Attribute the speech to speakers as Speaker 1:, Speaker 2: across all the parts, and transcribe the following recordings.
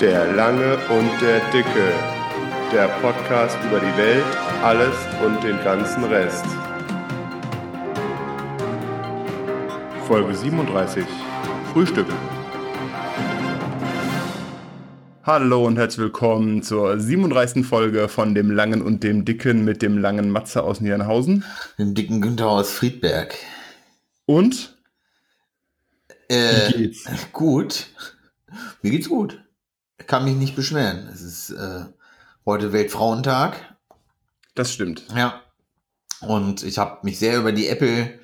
Speaker 1: Der Lange und der Dicke. Der Podcast über die Welt, alles und den ganzen Rest. Folge 37. Frühstück. Hallo und herzlich willkommen zur 37. Folge von dem Langen und dem Dicken mit dem langen Matze aus Niedernhausen.
Speaker 2: Dem dicken Günther aus Friedberg.
Speaker 1: Und?
Speaker 2: Äh,
Speaker 1: Wie geht's?
Speaker 2: Gut. Mir geht's gut. Ich kann mich nicht beschweren. Es ist äh, heute Weltfrauentag.
Speaker 1: Das stimmt.
Speaker 2: Ja. Und ich habe mich sehr über die Apple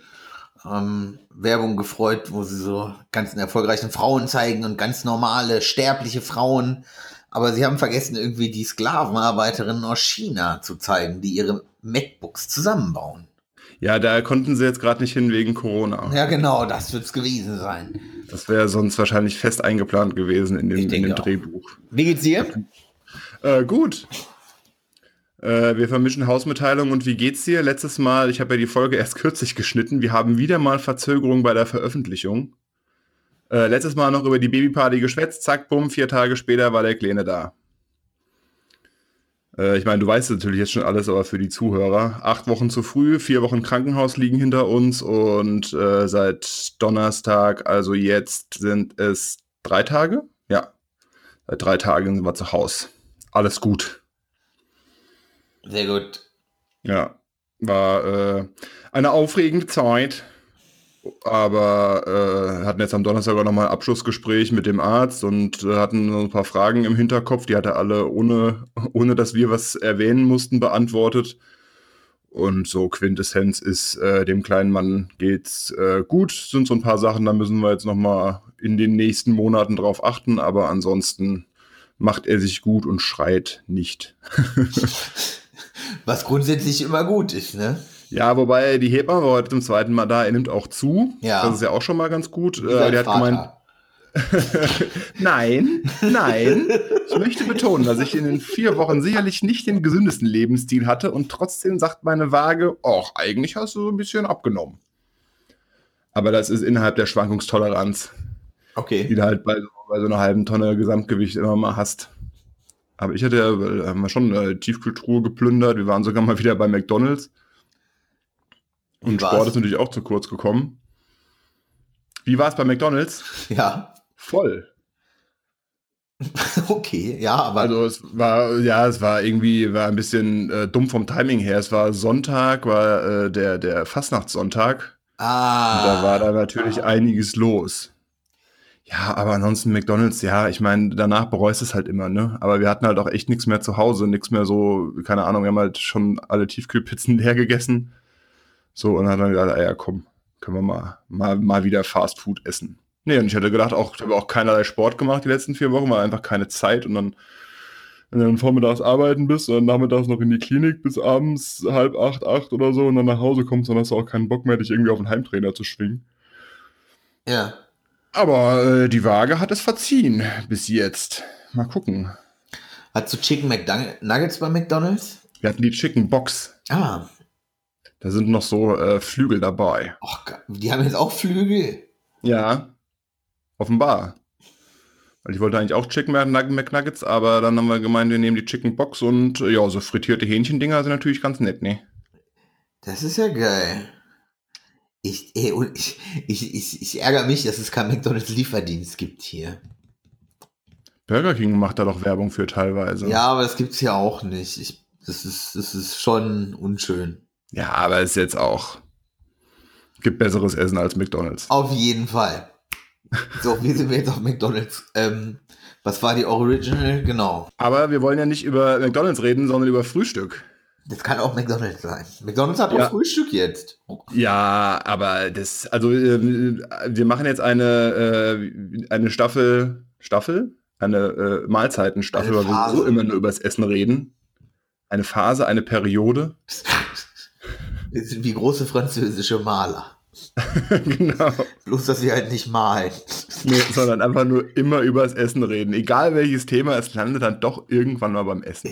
Speaker 2: ähm, Werbung gefreut, wo sie so ganzen erfolgreichen Frauen zeigen und ganz normale, sterbliche Frauen. Aber sie haben vergessen, irgendwie die Sklavenarbeiterinnen aus China zu zeigen, die ihre MacBooks zusammenbauen.
Speaker 1: Ja, da konnten sie jetzt gerade nicht hin wegen Corona.
Speaker 2: Ja, genau, das wird's gewesen sein.
Speaker 1: Das wäre sonst wahrscheinlich fest eingeplant gewesen in
Speaker 2: Ich
Speaker 1: dem, in
Speaker 2: denke
Speaker 1: dem
Speaker 2: auch.
Speaker 1: Drehbuch.
Speaker 2: Wie geht's dir?
Speaker 1: Äh, gut. Äh, wir vermischen Hausmitteilung und wie geht's dir? Letztes Mal, ich habe ja die Folge erst kürzlich geschnitten. Wir haben wieder mal Verzögerung bei der Veröffentlichung. Äh, letztes Mal noch über die Babyparty geschwätzt. Zack, bumm, vier Tage später war der Kleine da. Äh, ich meine, du weißt natürlich jetzt schon alles, aber für die Zuhörer. Acht Wochen zu früh, vier Wochen Krankenhaus liegen hinter uns und äh, seit Donnerstag, also jetzt sind es drei Tage. Ja, seit drei Tagen sind wir zu Hause. Alles gut.
Speaker 2: Sehr gut.
Speaker 1: Ja, war äh, eine aufregende Zeit. Aber äh, hatten jetzt am Donnerstag auch nochmal ein Abschlussgespräch mit dem Arzt und äh, hatten so ein paar Fragen im Hinterkopf. Die hat er alle, ohne, ohne dass wir was erwähnen mussten, beantwortet. Und so Quintessenz ist, äh, dem kleinen Mann geht's äh, gut. Sind so ein paar Sachen, da müssen wir jetzt nochmal in den nächsten Monaten drauf achten. Aber ansonsten macht er sich gut und schreit nicht.
Speaker 2: Was grundsätzlich immer gut ist, ne?
Speaker 1: Ja, wobei die Hebamme war heute zum zweiten Mal da, er nimmt auch zu.
Speaker 2: Ja.
Speaker 1: Das ist ja auch schon mal ganz gut.
Speaker 2: Wie
Speaker 1: Äh,
Speaker 2: sein
Speaker 1: der hat
Speaker 2: Vater.
Speaker 1: gemeint, nein, nein. ich möchte betonen, dass ich in den vier Wochen sicherlich nicht den gesündesten Lebensstil hatte und trotzdem sagt meine Waage, ach, eigentlich hast du so ein bisschen abgenommen. Aber das ist innerhalb der Schwankungstoleranz, die
Speaker 2: Okay.
Speaker 1: du halt bei, so- bei so einer halben Tonne Gesamtgewicht immer mal hast. Aber ich hatte ja äh, haben wir schon äh, Tiefkultur geplündert. Wir waren sogar mal wieder bei McDonalds. Und
Speaker 2: Wie war's?
Speaker 1: Sport ist natürlich auch zu kurz gekommen. Wie war es bei McDonalds?
Speaker 2: Ja,
Speaker 1: Voll.
Speaker 2: okay, ja, aber
Speaker 1: Also es war, ja, es war irgendwie, war ein bisschen äh, dumm vom Timing her. Es war Sonntag, war äh, der, der Fastnachtssonntag.
Speaker 2: ah,
Speaker 1: Da war da natürlich einiges los. Ja, aber ansonsten McDonalds, ja, ich meine, danach bereust du es halt immer, ne? Aber wir hatten halt auch echt nichts mehr zu Hause, nichts mehr so, keine Ahnung, wir haben halt schon alle Tiefkühlpizzen leer gegessen. So, und dann hat dann gedacht, ah ja, komm, können wir mal, mal, mal wieder Fast Food essen. Nee, und ich hatte gedacht, auch, ich habe auch keinerlei Sport gemacht die letzten vier Wochen, weil einfach keine Zeit und dann, wenn du dann vormittags arbeiten bist und dann nachmittags noch in die Klinik bis abends halb acht, acht oder so und dann nach Hause kommst, dann hast du auch keinen Bock mehr, dich irgendwie auf den Heimtrainer zu schwingen.
Speaker 2: ja.
Speaker 1: Aber äh, die Waage hat es verziehen bis jetzt. Mal gucken.
Speaker 2: Hast du Chicken McNuggets bei McDonalds?
Speaker 1: Wir hatten die Chicken Box.
Speaker 2: Ah,
Speaker 1: Da sind noch so äh, Flügel dabei.
Speaker 2: och, ge- die haben jetzt auch Flügel.
Speaker 1: Ja. Offenbar. Weil ich wollte eigentlich auch Chicken Mc- McNuggets, aber dann haben wir gemeint, wir nehmen die Chicken Box und äh, ja, so frittierte Hähnchendinger sind natürlich ganz nett, ne?
Speaker 2: Das ist ja geil. Ich, ey, und ich, ich, ich, ich ärgere mich, dass es keinen McDonalds-Lieferdienst gibt hier.
Speaker 1: Burger King macht da doch Werbung für teilweise.
Speaker 2: Ja, aber das gibt's ja auch nicht. Ich, das, ist, das ist schon unschön.
Speaker 1: Ja, aber ist jetzt auch. Gibt besseres Essen als McDonalds.
Speaker 2: Auf jeden Fall. So, wie sind wir jetzt auf McDonalds? Ähm, was war die Original? Genau.
Speaker 1: Aber wir wollen ja nicht über McDonalds reden, sondern über Frühstück.
Speaker 2: Das kann auch McDonalds sein. McDonalds hat
Speaker 1: Ja.
Speaker 2: auch Frühstück jetzt.
Speaker 1: Ja, aber das, also ähm, wir machen jetzt eine, äh, eine Staffel, Staffel? Eine äh, Mahlzeitenstaffel,
Speaker 2: Eine
Speaker 1: weil wir
Speaker 2: Phase.
Speaker 1: so immer nur über das Essen reden. Eine Phase, eine Periode.
Speaker 2: Wir sind wie große französische Maler.
Speaker 1: genau.
Speaker 2: Bloß, dass sie halt nicht malen.
Speaker 1: Nee, sondern einfach nur immer über das Essen reden. Egal welches Thema, es landet dann doch irgendwann mal beim Essen.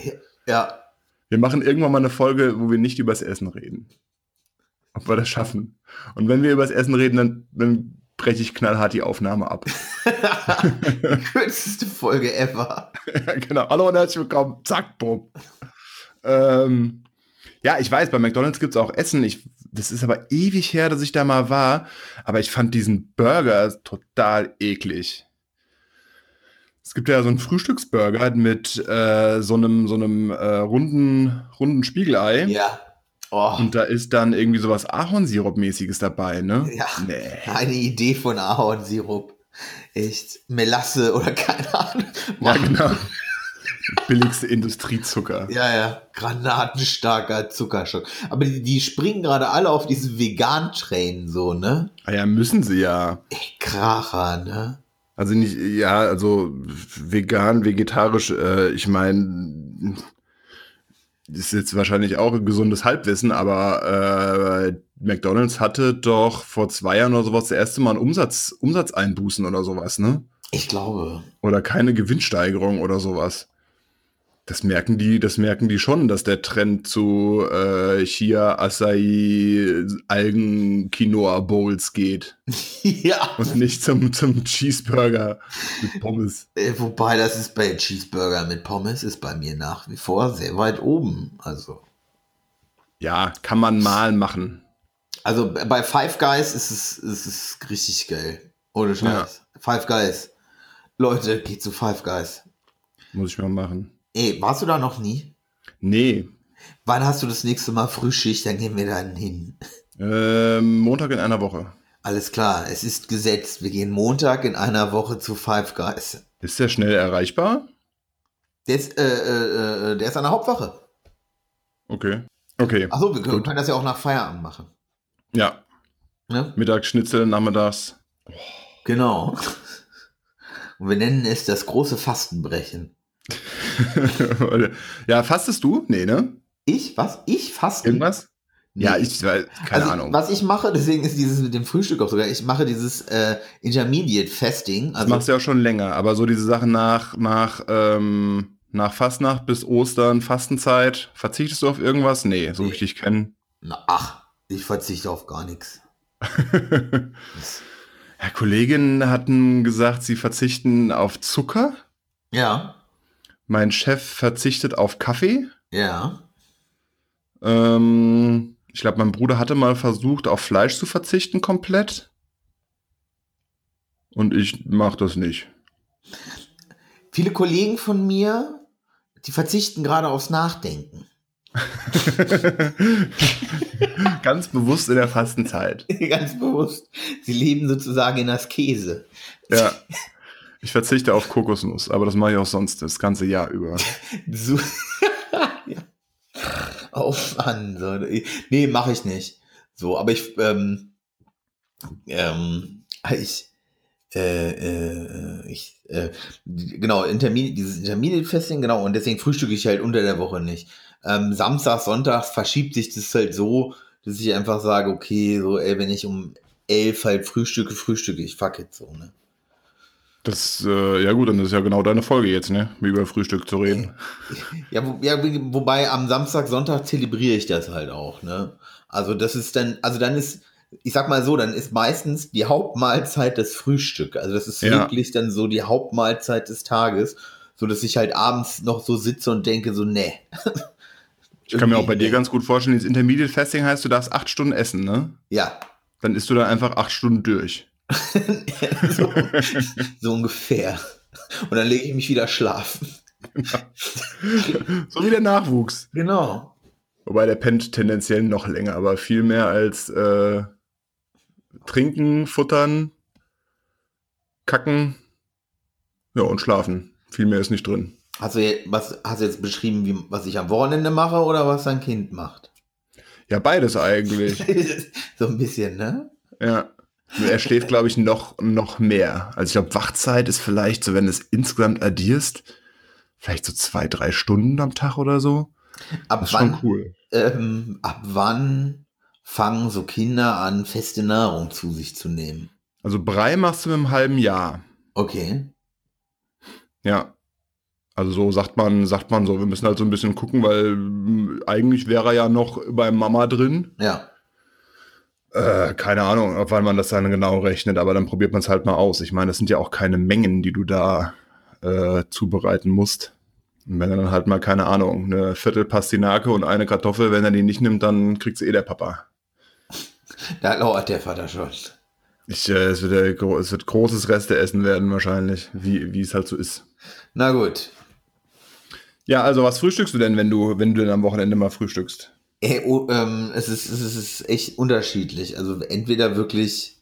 Speaker 2: Ja,
Speaker 1: Wir machen irgendwann mal eine Folge, wo wir nicht über das Essen reden. Ob wir das schaffen. Und wenn wir über das Essen reden, dann, dann breche ich knallhart die Aufnahme ab.
Speaker 2: Die kürzeste Folge ever.
Speaker 1: genau. Hallo und herzlich willkommen. Zack, bumm. Ähm, ja, ich weiß, bei McDonalds gibt's auch Essen. Ich, das ist aber ewig her, dass ich da mal war. Aber ich fand diesen Burger total eklig. Es gibt ja so einen Frühstücksburger mit äh, so einem, so einem äh, runden, runden Spiegelei.
Speaker 2: Ja. Oh,
Speaker 1: Und da ist dann irgendwie sowas Ahornsirup-mäßiges dabei, ne?
Speaker 2: Ja.
Speaker 1: Nee.
Speaker 2: eine Idee von Ahornsirup. Echt Melasse oder keine Ahnung.
Speaker 1: Ja, genau. Billigste Industriezucker.
Speaker 2: Ja, ja, granatenstarker Zuckerschock. Aber die, die springen gerade alle auf diesen Vegan-Train so, ne?
Speaker 1: Ah ja, müssen sie ja.
Speaker 2: Ey, Kracher, ne?
Speaker 1: Also nicht, ja, also vegan, vegetarisch, äh, ich meine, ist jetzt wahrscheinlich auch ein gesundes Halbwissen, aber äh, McDonalds hatte doch vor zwei Jahren oder sowas das erste Mal einen Umsatz, Umsatzeinbußen oder sowas, ne?
Speaker 2: Ich glaube.
Speaker 1: Oder keine Gewinnsteigerung oder sowas. Das merken die, das merken die schon, dass der Trend zu äh, Chia, Acai, Algen, Quinoa Bowls geht
Speaker 2: ja.
Speaker 1: und nicht zum, zum Cheeseburger mit Pommes.
Speaker 2: Äh, Wobei, das ist bei Cheeseburger mit Pommes, ist bei mir nach wie vor sehr weit oben. Also,
Speaker 1: Ja, kann man mal machen.
Speaker 2: also bei Five Guys ist es, ist es richtig geil. Ohne Scheiß. Five Guys. Leute, geht zu Five Guys.
Speaker 1: Muss ich mal machen.
Speaker 2: Ey, warst du da noch nie?
Speaker 1: Nee.
Speaker 2: Wann hast du das nächste Mal Frühschicht? Dann gehen wir dann hin.
Speaker 1: Ähm, Montag in einer Woche.
Speaker 2: Alles klar, es ist gesetzt. Wir gehen Montag in einer Woche zu Five Guys.
Speaker 1: Ist der schnell erreichbar?
Speaker 2: Der ist, äh, äh, äh, der ist an der Hauptwache.
Speaker 1: Okay. Okay.
Speaker 2: Achso, wir können,
Speaker 1: Gut.
Speaker 2: können das ja auch nach Feierabend machen.
Speaker 1: Ja.
Speaker 2: Ne?
Speaker 1: Mittagsschnitzel, nachmittags.
Speaker 2: Genau. Und wir nennen es das große Fastenbrechen.
Speaker 1: ja, fastest du? Nee, ne?
Speaker 2: Ich? Was? Ich faste?
Speaker 1: Irgendwas?
Speaker 2: Nee.
Speaker 1: Ja, ich, weil- keine
Speaker 2: also,
Speaker 1: Ahnung. Was
Speaker 2: Was ich mache, deswegen ist dieses mit dem Frühstück auch sogar, ich mache dieses äh, Intermediate Fasting.
Speaker 1: das
Speaker 2: Also,
Speaker 1: machst du ja auch schon länger, aber so diese Sachen nach, nach, ähm, nach Fastnacht bis Ostern, Fastenzeit, verzichtest du auf irgendwas? Nee, so
Speaker 2: Nee.
Speaker 1: richtig kennen.
Speaker 2: na, ach, ich verzichte auf gar nichts.
Speaker 1: ja, Kolleginnen hatten gesagt, sie verzichten auf Zucker.
Speaker 2: Ja,
Speaker 1: Mein Chef verzichtet auf Kaffee.
Speaker 2: ja.
Speaker 1: Ähm, ich glaube, mein Bruder hatte mal versucht, auf Fleisch zu verzichten komplett. Und ich mache das nicht.
Speaker 2: Viele Kollegen von mir, die verzichten gerade aufs Nachdenken.
Speaker 1: Ganz bewusst in der Fastenzeit.
Speaker 2: Ganz bewusst. Sie leben sozusagen in Askese.
Speaker 1: Ja. Ich verzichte auf Kokosnuss, aber das mache ich auch sonst das ganze Jahr über.
Speaker 2: So. ja. Oh Mann, so. nee, mache ich nicht. So, aber ich, ähm, ähm, ich, äh, äh, ich, äh, genau, Intermin, dieses Intermediate-Festing, genau, und deswegen frühstücke ich halt unter der Woche nicht. Ähm, Samstag, Sonntag verschiebt sich das halt so, dass ich einfach sage, okay, so, ey, wenn ich um elf halt frühstücke, frühstücke ich, fuck it, so, ne?
Speaker 1: Das, äh, ja gut, dann ist ja genau deine Folge jetzt, ne? Über Frühstück zu reden.
Speaker 2: Ja, wo, ja, wie- wobei am Samstag, Sonntag zelebriere ich das halt auch, ne? Also das ist dann, also dann ist, ich sag mal so, dann ist meistens die Hauptmahlzeit das Frühstück. Also das ist
Speaker 1: Ja.
Speaker 2: wirklich dann so die Hauptmahlzeit des Tages, so dass ich halt abends noch so sitze und denke so, ne. nee.
Speaker 1: Ich kann mir auch bei dir
Speaker 2: Nee.
Speaker 1: ganz gut vorstellen, dieses Intermediate Fasting heißt, du darfst acht Stunden essen, ne?
Speaker 2: Ja,
Speaker 1: Dann isst du dann einfach acht Stunden durch.
Speaker 2: so, so ungefähr. Und dann lege ich mich wieder schlafen.
Speaker 1: So wie der Nachwuchs.
Speaker 2: Genau.
Speaker 1: Wobei der pennt tendenziell noch länger, aber viel mehr als äh, trinken, futtern, kacken, ja und schlafen. Viel mehr ist nicht drin.
Speaker 2: Hast du, je- was, hast du jetzt beschrieben, wie, was ich am Wochenende mache oder was dein Kind macht?
Speaker 1: Ja, beides eigentlich.
Speaker 2: so ein bisschen, ne?
Speaker 1: ja. Nur Er schläft, glaube ich, noch, noch mehr. Also ich glaube, Wachzeit ist vielleicht, so wenn du es insgesamt addierst, vielleicht so zwei, drei Stunden am Tag oder so.
Speaker 2: Ab
Speaker 1: Das ist
Speaker 2: wann,
Speaker 1: schon cool.
Speaker 2: ähm, ab wann fangen so Kinder an, feste Nahrung zu sich zu nehmen?
Speaker 1: Also Brei machst du mit einem halben Jahr.
Speaker 2: Okay.
Speaker 1: Ja. Also so sagt man, sagt man so, wir müssen halt so ein bisschen hm, gucken, weil mm, eigentlich wäre er ja noch bei Mama drin.
Speaker 2: Ja.
Speaker 1: Äh, keine Ahnung, ob wann man das dann genau rechnet, aber dann probiert man es halt mal aus. Ich meine, das sind ja auch keine Mengen, die du da äh, zubereiten musst. Und wenn er dann halt mal, keine Ahnung, eine Viertel Pastinake und eine Kartoffel, wenn er die nicht nimmt, dann kriegt's eh der Papa.
Speaker 2: Da lauert der Vater schon.
Speaker 1: Ich, äh, es, wird, äh, gro- es wird großes Resteessen werden wahrscheinlich, wie, wie es halt so ist.
Speaker 2: Na gut.
Speaker 1: Ja, also was frühstückst du denn, wenn du, wenn du denn am Wochenende mal frühstückst?
Speaker 2: Ey, oh, ähm, es, ist, es ist echt unterschiedlich. Also entweder wirklich,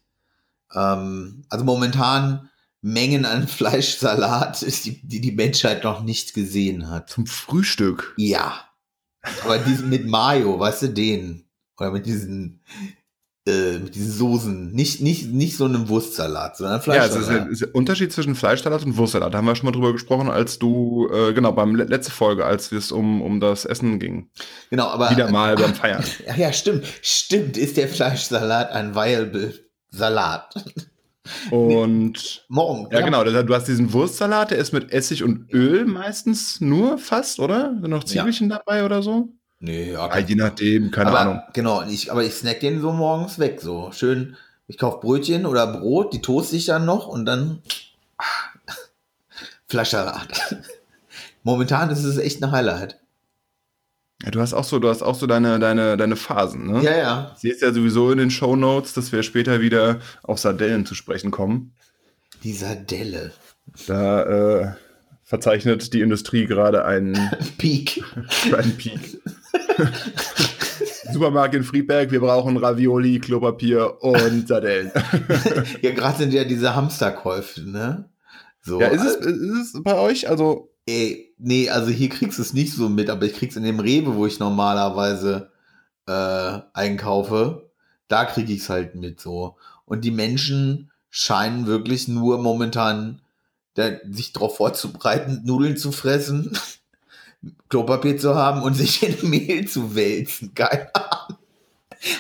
Speaker 2: ähm, also momentan Mengen an Fleischsalat, die die, die Menschheit noch nicht gesehen hat.
Speaker 1: Zum Frühstück?
Speaker 2: Ja. Aber diesen mit Mayo, weißt du, den. Oder mit diesen, äh, mit diesen Soßen. Nicht, nicht, nicht so einem Wurstsalat, sondern
Speaker 1: Ja,
Speaker 2: Fleischsalat.
Speaker 1: es ist, ein- ist der Unterschied zwischen Fleischsalat und Wurstsalat. Da haben wir schon mal drüber gesprochen, als du, äh, genau, beim le letzte Folge, als es um, um das Essen ging.
Speaker 2: genau, aber.
Speaker 1: Wieder mal beim Feiern.
Speaker 2: Ach ja, stimmt. Stimmt, ist der Fleischsalat ein viable Salat.
Speaker 1: Und
Speaker 2: Morgen.
Speaker 1: ja, genau, das- du hast diesen Wurstsalat, der ist mit Essig und Öl meistens nur fast, oder? Sind noch Zwiebelchen dabei oder so?
Speaker 2: Nee, ja,
Speaker 1: Ja, je nachdem, Halt keine
Speaker 2: aber,
Speaker 1: Ahnung.
Speaker 2: Genau, und ich, aber ich snack den so morgens weg. So schön, ich kaufe Brötchen oder Brot, die toaste ich dann noch und dann ah, Fleischsalat. Momentan ist es echt ein Highlight.
Speaker 1: Ja, du hast auch so, du hast auch so deine, deine, deine Phasen, ne?
Speaker 2: Ja, ja.
Speaker 1: Sie ist ja sowieso in den Show Notes, dass wir später wieder auf Sardellen zu sprechen kommen.
Speaker 2: Die Sardelle.
Speaker 1: Da äh, verzeichnet die Industrie gerade einen
Speaker 2: Peak.
Speaker 1: Brand Peak. Supermarkt in Friedberg, wir brauchen Ravioli, Klopapier und Sardellen.
Speaker 2: ja, gerade sind ja diese Hamsterkäufe, ne? So, also,
Speaker 1: Ja, ist es, ist es bei euch? Also,
Speaker 2: Ey, nee, also hier kriegst du es nicht so mit, aber ich krieg's in dem Rewe, wo ich normalerweise äh, einkaufe, da krieg ich's halt mit so. Und die Menschen scheinen wirklich nur momentan da, sich darauf vorzubereiten, Nudeln zu fressen, Klopapier zu haben und sich in Mehl zu wälzen. Geil.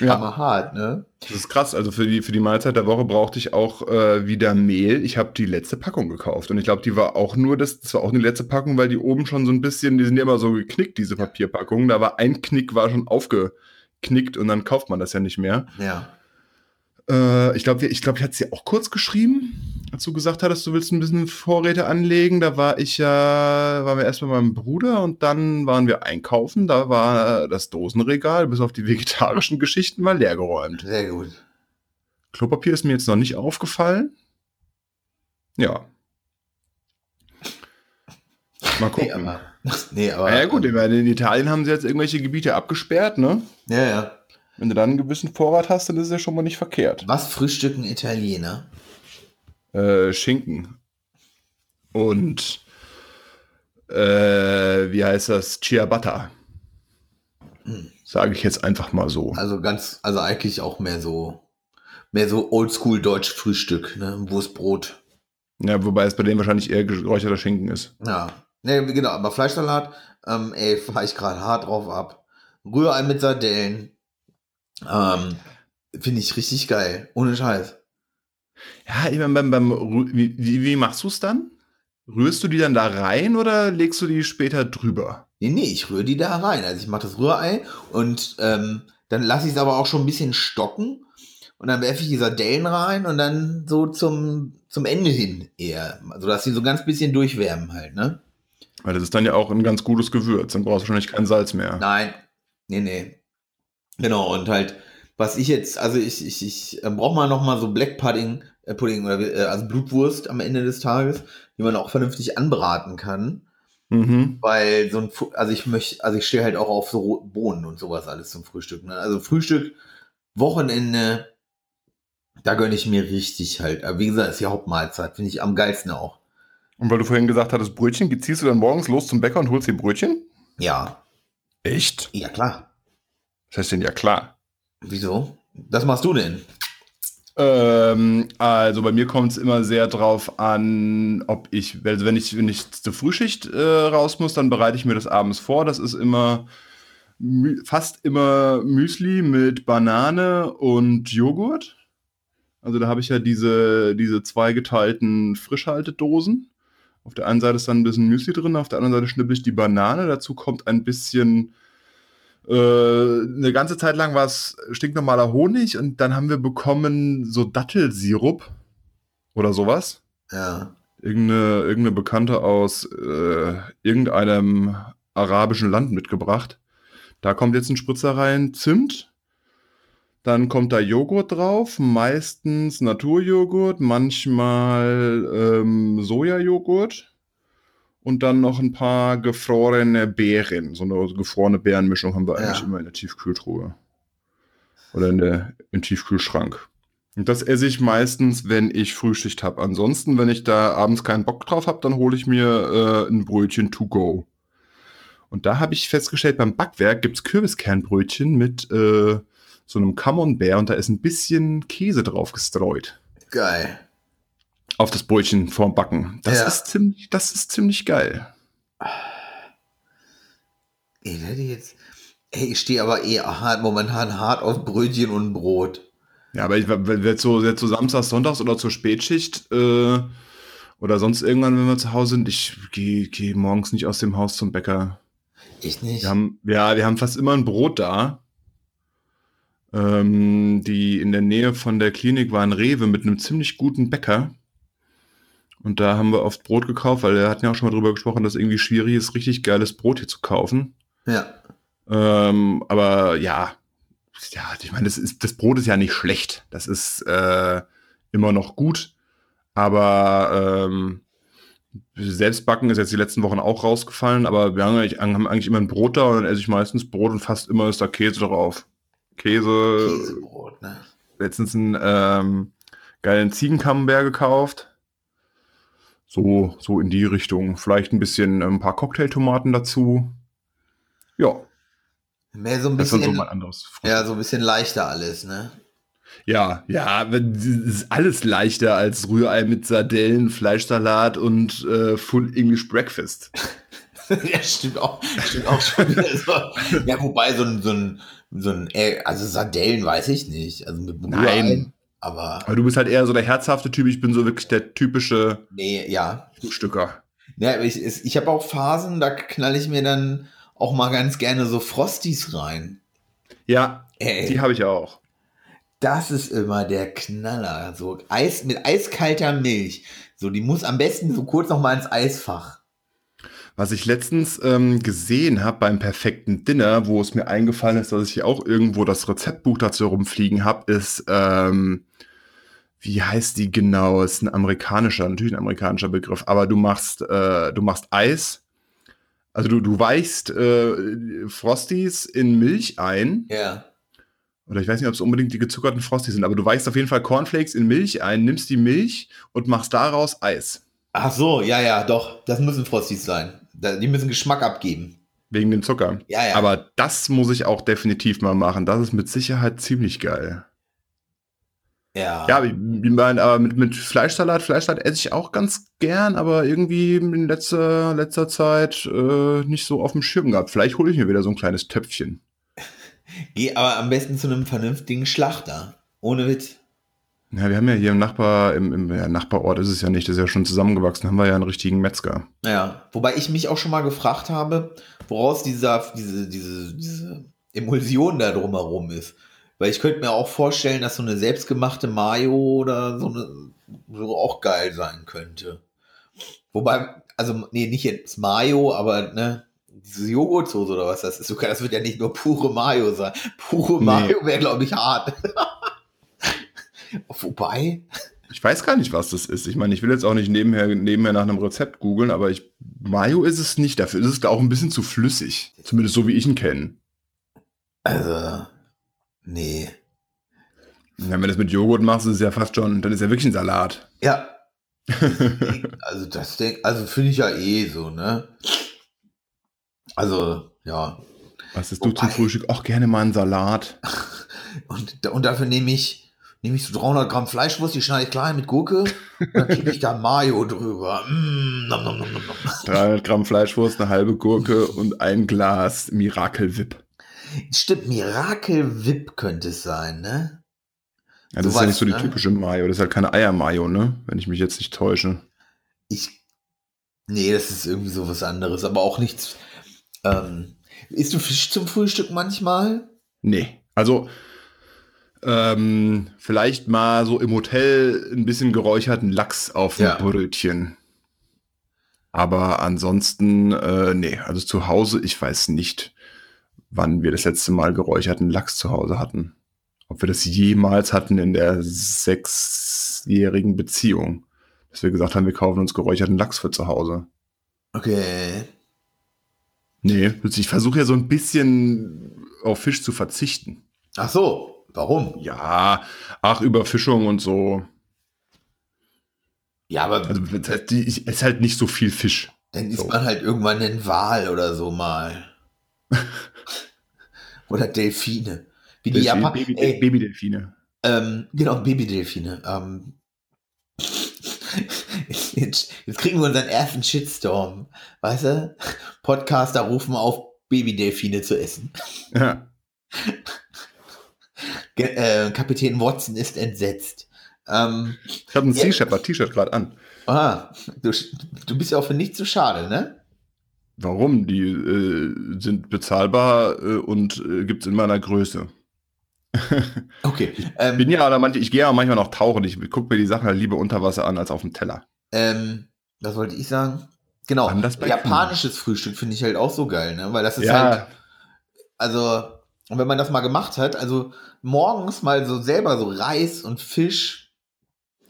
Speaker 1: Ja.
Speaker 2: Aber hart, ne?
Speaker 1: das ist krass. Also für die, für die Mahlzeit der Woche brauchte ich auch äh, wieder Mehl. Ich habe die letzte Packung gekauft. Und ich glaube, die war auch nur das, das war auch eine letzte Packung, weil die oben schon so ein bisschen, die sind ja immer so geknickt, diese Papierpackungen. Da war ein Knick, war schon aufgeknickt und dann kauft man das ja nicht mehr.
Speaker 2: Ja.
Speaker 1: Äh, ich glaube, ich, glaub, ich hatte es dir auch kurz geschrieben, als du gesagt hattest, du willst ein bisschen Vorräte anlegen. Da war ich ja, waren wir erst bei meinem Bruder und dann waren wir einkaufen. Da war das Dosenregal, bis auf die vegetarischen Geschichten, war leergeräumt.
Speaker 2: Sehr gut.
Speaker 1: Klopapier ist mir jetzt noch nicht aufgefallen. Ja. Mal
Speaker 2: Nee,
Speaker 1: gucken.
Speaker 2: aber. Nee, aber ähm,
Speaker 1: ja, gut, ich meine, in Italien haben sie jetzt irgendwelche Gebiete abgesperrt, ne?
Speaker 2: Ja, ja.
Speaker 1: Wenn du dann einen gewissen Vorrat hast, dann ist es ja schon mal nicht verkehrt.
Speaker 2: Was frühstücken Italiener?
Speaker 1: äh, Schinken und äh, wie heißt das? Ciabatta. Sage ich jetzt einfach mal so.
Speaker 2: Also ganz, also eigentlich auch mehr so, mehr so oldschool deutsch Frühstück, ne? Wurstbrot.
Speaker 1: Ja, wobei es bei denen wahrscheinlich eher geräucherter Schinken ist.
Speaker 2: Ja. Ne, genau, aber Fleischsalat, ähm, ey, fahr ich gerade hart drauf ab. Rührei mit Sardellen. Ähm, Finde ich richtig geil. Ohne Scheiß.
Speaker 1: Ja, ich mein, beim, beim Rü- wie, wie, wie machst du es dann? Rührst du die dann da rein oder legst du die später drüber?
Speaker 2: Nee, nee, ich rühre die da rein. Also ich mache das Rührei und ähm, dann lasse ich es aber auch schon ein bisschen stocken und dann werfe ich die Sardellen rein und dann so zum, zum Ende hin eher. Also dass die so ganz bisschen durchwärmen halt, ne?
Speaker 1: Weil das ist dann ja auch ein ganz gutes Gewürz. Dann brauchst du wahrscheinlich kein Salz mehr.
Speaker 2: Nein, nee, nee. Genau, und halt, was ich jetzt, also ich, ich, ich äh, brauche mal nochmal so Black Pudding, äh, Pudding oder äh, also Blutwurst am Ende des Tages, die man auch vernünftig anbraten kann.
Speaker 1: Mhm.
Speaker 2: Weil so ein, Fu- also ich möchte, also ich stehe halt auch auf so Ro- Bohnen und sowas alles zum Frühstück. Ne? Also Frühstück, Wochenende, da gönne ich mir richtig halt. Aber wie gesagt, ist die Hauptmahlzeit, finde ich am geilsten auch.
Speaker 1: Und weil du vorhin gesagt hattest, Brötchen, ziehst du dann morgens los zum Bäcker und holst dir Brötchen?
Speaker 2: Ja,
Speaker 1: Echt?
Speaker 2: ja klar.
Speaker 1: Das heißt denn ja klar.
Speaker 2: Wieso? Das machst du denn?
Speaker 1: Ähm, also bei mir kommt es immer sehr drauf an, ob ich, also wenn ich, wenn ich zur Frühschicht äh, raus muss, dann bereite ich mir das abends vor. Das ist immer mü- fast immer Müsli mit Banane und Joghurt. Also da habe ich ja diese, diese zweigeteilten Frischhaltedosen. Auf der einen Seite ist dann ein bisschen Müsli drin, auf der anderen Seite schnippel ich die Banane. Dazu kommt ein bisschen Äh, eine ganze Zeit lang war es stinknormaler Honig und dann haben wir bekommen so Dattelsirup oder sowas.
Speaker 2: Ja.
Speaker 1: Irgendeine, irgendeine Bekannte aus äh, irgendeinem arabischen Land mitgebracht. Da kommt jetzt ein Spritzer rein, Zimt. Dann kommt da Joghurt drauf, meistens Naturjoghurt, manchmal ähm, Sojajoghurt und dann noch ein paar gefrorene Beeren. So eine gefrorene Beerenmischung haben wir
Speaker 2: Ja.
Speaker 1: eigentlich immer in der Tiefkühltruhe. Oder in der, im Tiefkühlschrank. Und das esse ich meistens, wenn ich Frühschicht habe. Ansonsten, wenn ich da abends keinen Bock drauf habe, dann hole ich mir äh, ein Brötchen to go. Und da habe ich festgestellt, beim Backwerk gibt es Kürbiskernbrötchen mit äh, so einem Camembert und da ist ein bisschen Käse drauf gestreut
Speaker 2: Geil.
Speaker 1: auf das Brötchen vorm Backen. Das,
Speaker 2: Ja.
Speaker 1: ist ziemlich, das ist ziemlich geil.
Speaker 2: Ey, hätte ich jetzt. Ey, ich stehe aber eh hart, momentan hart auf Brötchen und Brot.
Speaker 1: Ja, aber ich, wenn wir zu, jetzt zu Samstags, Sonntags oder zur Spätschicht äh, oder sonst irgendwann, wenn wir zu Hause sind, ich gehe geh morgens nicht aus dem Haus zum Bäcker.
Speaker 2: Ich nicht.
Speaker 1: Wir haben, ja, wir haben fast immer ein Brot da. Ähm, die in der Nähe von der Klinik waren Rewe mit einem ziemlich guten Bäcker. Und da haben wir oft Brot gekauft, weil wir hatten ja auch schon mal drüber gesprochen, dass irgendwie schwierig ist, richtig geiles Brot hier zu kaufen.
Speaker 2: Ja.
Speaker 1: Ähm, aber ja, ja, ich meine, das, ist, das Brot ist ja nicht schlecht. Das ist äh, immer noch gut. Aber ähm, Selbstbacken ist jetzt die letzten Wochen auch rausgefallen, aber wir haben eigentlich, haben eigentlich immer ein Brot da und dann esse ich meistens Brot und fast immer ist da Käse drauf. Käse,
Speaker 2: Käsebrot, ne?
Speaker 1: letztens einen ähm, geilen Ziegenkammbär gekauft. So, so in die Richtung. Vielleicht ein bisschen äh, ein paar Cocktailtomaten dazu. Ja,
Speaker 2: Mehr so ein
Speaker 1: das war
Speaker 2: bisschen.
Speaker 1: so mein anderes Frühstück.
Speaker 2: ja, so ein bisschen leichter alles, ne?
Speaker 1: Ja, ja, wenn- es ist alles leichter als Rührei mit Sardellen, Fleischsalat und äh, Full English Breakfast.
Speaker 2: ja, stimmt auch, stimmt auch schon wieder so. Ja, wobei so ein, so ein, so ein, äh, also Sardellen weiß ich nicht. Also mit Brühe
Speaker 1: Nein.
Speaker 2: ein, Aber
Speaker 1: Aber du bist halt eher so der herzhafte Typ, ich bin so wirklich der typische
Speaker 2: nee, ja.
Speaker 1: Frühstücker.
Speaker 2: ja aber ich es- ich habe auch Phasen, da knall ich mir dann auch mal ganz gerne so Frosties rein.
Speaker 1: Ja, die
Speaker 2: Ey,
Speaker 1: habe ich auch.
Speaker 2: das ist immer der Knaller. So Eis mit eiskalter Milch. So, die muss am besten so kurz noch mal ins Eisfach.
Speaker 1: Was ich letztens ähm, gesehen habe beim perfekten Dinner, wo es mir eingefallen ist, dass ich hier auch irgendwo das Rezeptbuch dazu rumfliegen habe, ist, ähm, wie heißt die genau? Ist ein amerikanischer, natürlich ein amerikanischer Begriff, aber du machst, äh, du machst Eis. Also du, du weichst äh, Frosties in Milch ein.
Speaker 2: Ja.
Speaker 1: Oder ich weiß nicht, ob es unbedingt die gezuckerten Frosties sind, aber du weichst auf jeden Fall Cornflakes in Milch ein, nimmst die Milch und machst daraus Eis.
Speaker 2: Ach so, ja, ja, doch. Das müssen Frosties sein. Da- Die müssen Geschmack abgeben.
Speaker 1: Wegen dem Zucker.
Speaker 2: Ja, ja.
Speaker 1: Aber das muss ich auch definitiv mal machen. Das ist mit Sicherheit ziemlich geil.
Speaker 2: ja.
Speaker 1: Ja, ich meine, aber mit, mit Fleischsalat, Fleischsalat esse ich auch ganz gern, aber irgendwie in letzter, letzter Zeit äh, nicht so auf dem Schirm gehabt. Vielleicht hole ich mir wieder so ein kleines Töpfchen.
Speaker 2: Geh aber am besten zu einem vernünftigen Schlachter. Ohne Witz.
Speaker 1: Ja, wir haben ja hier im Nachbar, im, im ja, Nachbarort ist es ja nicht, das ist ja schon zusammengewachsen, haben wir ja einen richtigen Metzger.
Speaker 2: Ja. Wobei ich mich auch schon mal gefragt habe, woraus dieser, diese, diese, diese Emulsion da drumherum ist. Weil ich könnte mir auch vorstellen, dass so eine selbstgemachte Mayo oder so eine so auch geil sein könnte. Wobei, also, nee, nicht jetzt Mayo, aber ne, diese Joghurtsoße oder was das ist. sogar- Das wird ja nicht nur pure Mayo sein. Pure
Speaker 1: Nee.
Speaker 2: Mayo wäre, glaube ich, hart. Wobei,
Speaker 1: Ich weiß gar nicht, was das ist. Ich meine, ich will jetzt auch nicht nebenher, nebenher nach einem Rezept googeln, aber ich, Mayo ist es nicht. Dafür ist es auch ein bisschen zu flüssig. Zumindest so, wie ich ihn kenne.
Speaker 2: also, nee.
Speaker 1: Ja, wenn du das mit Joghurt machst, ist es ja fast schon, dann ist ja wirklich ein Salat.
Speaker 2: Ja. also das denk, also finde ich ja eh so, ne? Also, ja.
Speaker 1: Was ist du zum
Speaker 2: Wobei-
Speaker 1: Frühstück? Auch gerne mal einen Salat.
Speaker 2: Und, da- und dafür nehme ich, nehme ich so 300 Gramm Fleischwurst, die schneide ich klein mit Gurke und dann kippe ich da Mayo drüber. Mm, nom, nom, nom, nom, nom.
Speaker 1: 300 Gramm Fleischwurst, eine halbe Gurke und ein Glas Miracle Whip.
Speaker 2: Stimmt, Mirakel Whip könnte es sein, ne?
Speaker 1: Ja, Also das
Speaker 2: So
Speaker 1: ist ja nicht
Speaker 2: was,
Speaker 1: so die
Speaker 2: ne?
Speaker 1: typische Mayo. Das ist halt keine Eier-Mayo, ne? Wenn ich mich jetzt nicht täusche.
Speaker 2: Ich. Nee, das ist irgendwie so was anderes, aber auch nichts. Ähm, Isst du Fisch zum Frühstück manchmal?
Speaker 1: Nee. Also ähm, vielleicht mal so im Hotel ein bisschen geräucherten Lachs auf
Speaker 2: Ja.
Speaker 1: ein Brötchen. Aber ansonsten, äh, nee, also zu Hause, ich weiß nicht, wann wir das letzte Mal geräucherten Lachs zu Hause hatten. Ob wir das jemals hatten in der sechsjährigen Beziehung. Dass wir gesagt haben, wir kaufen uns geräucherten Lachs für zu Hause.
Speaker 2: Okay.
Speaker 1: Nee, ich versuche ja so ein bisschen auf Fisch zu verzichten.
Speaker 2: Ach so, warum?
Speaker 1: Ja, ach, Überfischung und so.
Speaker 2: Ja, aber
Speaker 1: Also das heißt, die- ich esse halt nicht so viel Fisch.
Speaker 2: dann isst
Speaker 1: so.
Speaker 2: man halt irgendwann einen Wal oder so mal. oder Delfine. Wie die
Speaker 1: Delfin,
Speaker 2: Japan
Speaker 1: Baby,
Speaker 2: Ey,
Speaker 1: Babydelfine.
Speaker 2: ähm, genau, Babydelfine. Ähm. Jetzt, jetzt kriegen wir unseren ersten Shitstorm. Weißt du? Podcaster rufen auf, Babydelfine zu essen.
Speaker 1: Ja.
Speaker 2: Ge äh, Kapitän Watson ist entsetzt. Ähm,
Speaker 1: Ich habe ein
Speaker 2: Ja.
Speaker 1: Sea Shepherd T-Shirt gerade an.
Speaker 2: ah, du, du bist ja auch für nichts zu schade, ne?
Speaker 1: Warum? Die äh, sind bezahlbar äh, und äh, gibt's in meiner Größe.
Speaker 2: Okay. Ähm,
Speaker 1: Bin ja aber manch, ich gehe ja manchmal noch tauchen. Ich gucke mir die Sachen halt lieber unter Wasser an als auf dem Teller.
Speaker 2: Ähm, was wollte ich sagen? Genau,
Speaker 1: Anders bei
Speaker 2: japanisches Frühstück finde ich halt auch so geil, ne? Weil das ist halt, also, und wenn man das mal gemacht hat, also morgens mal so selber so Reis und Fisch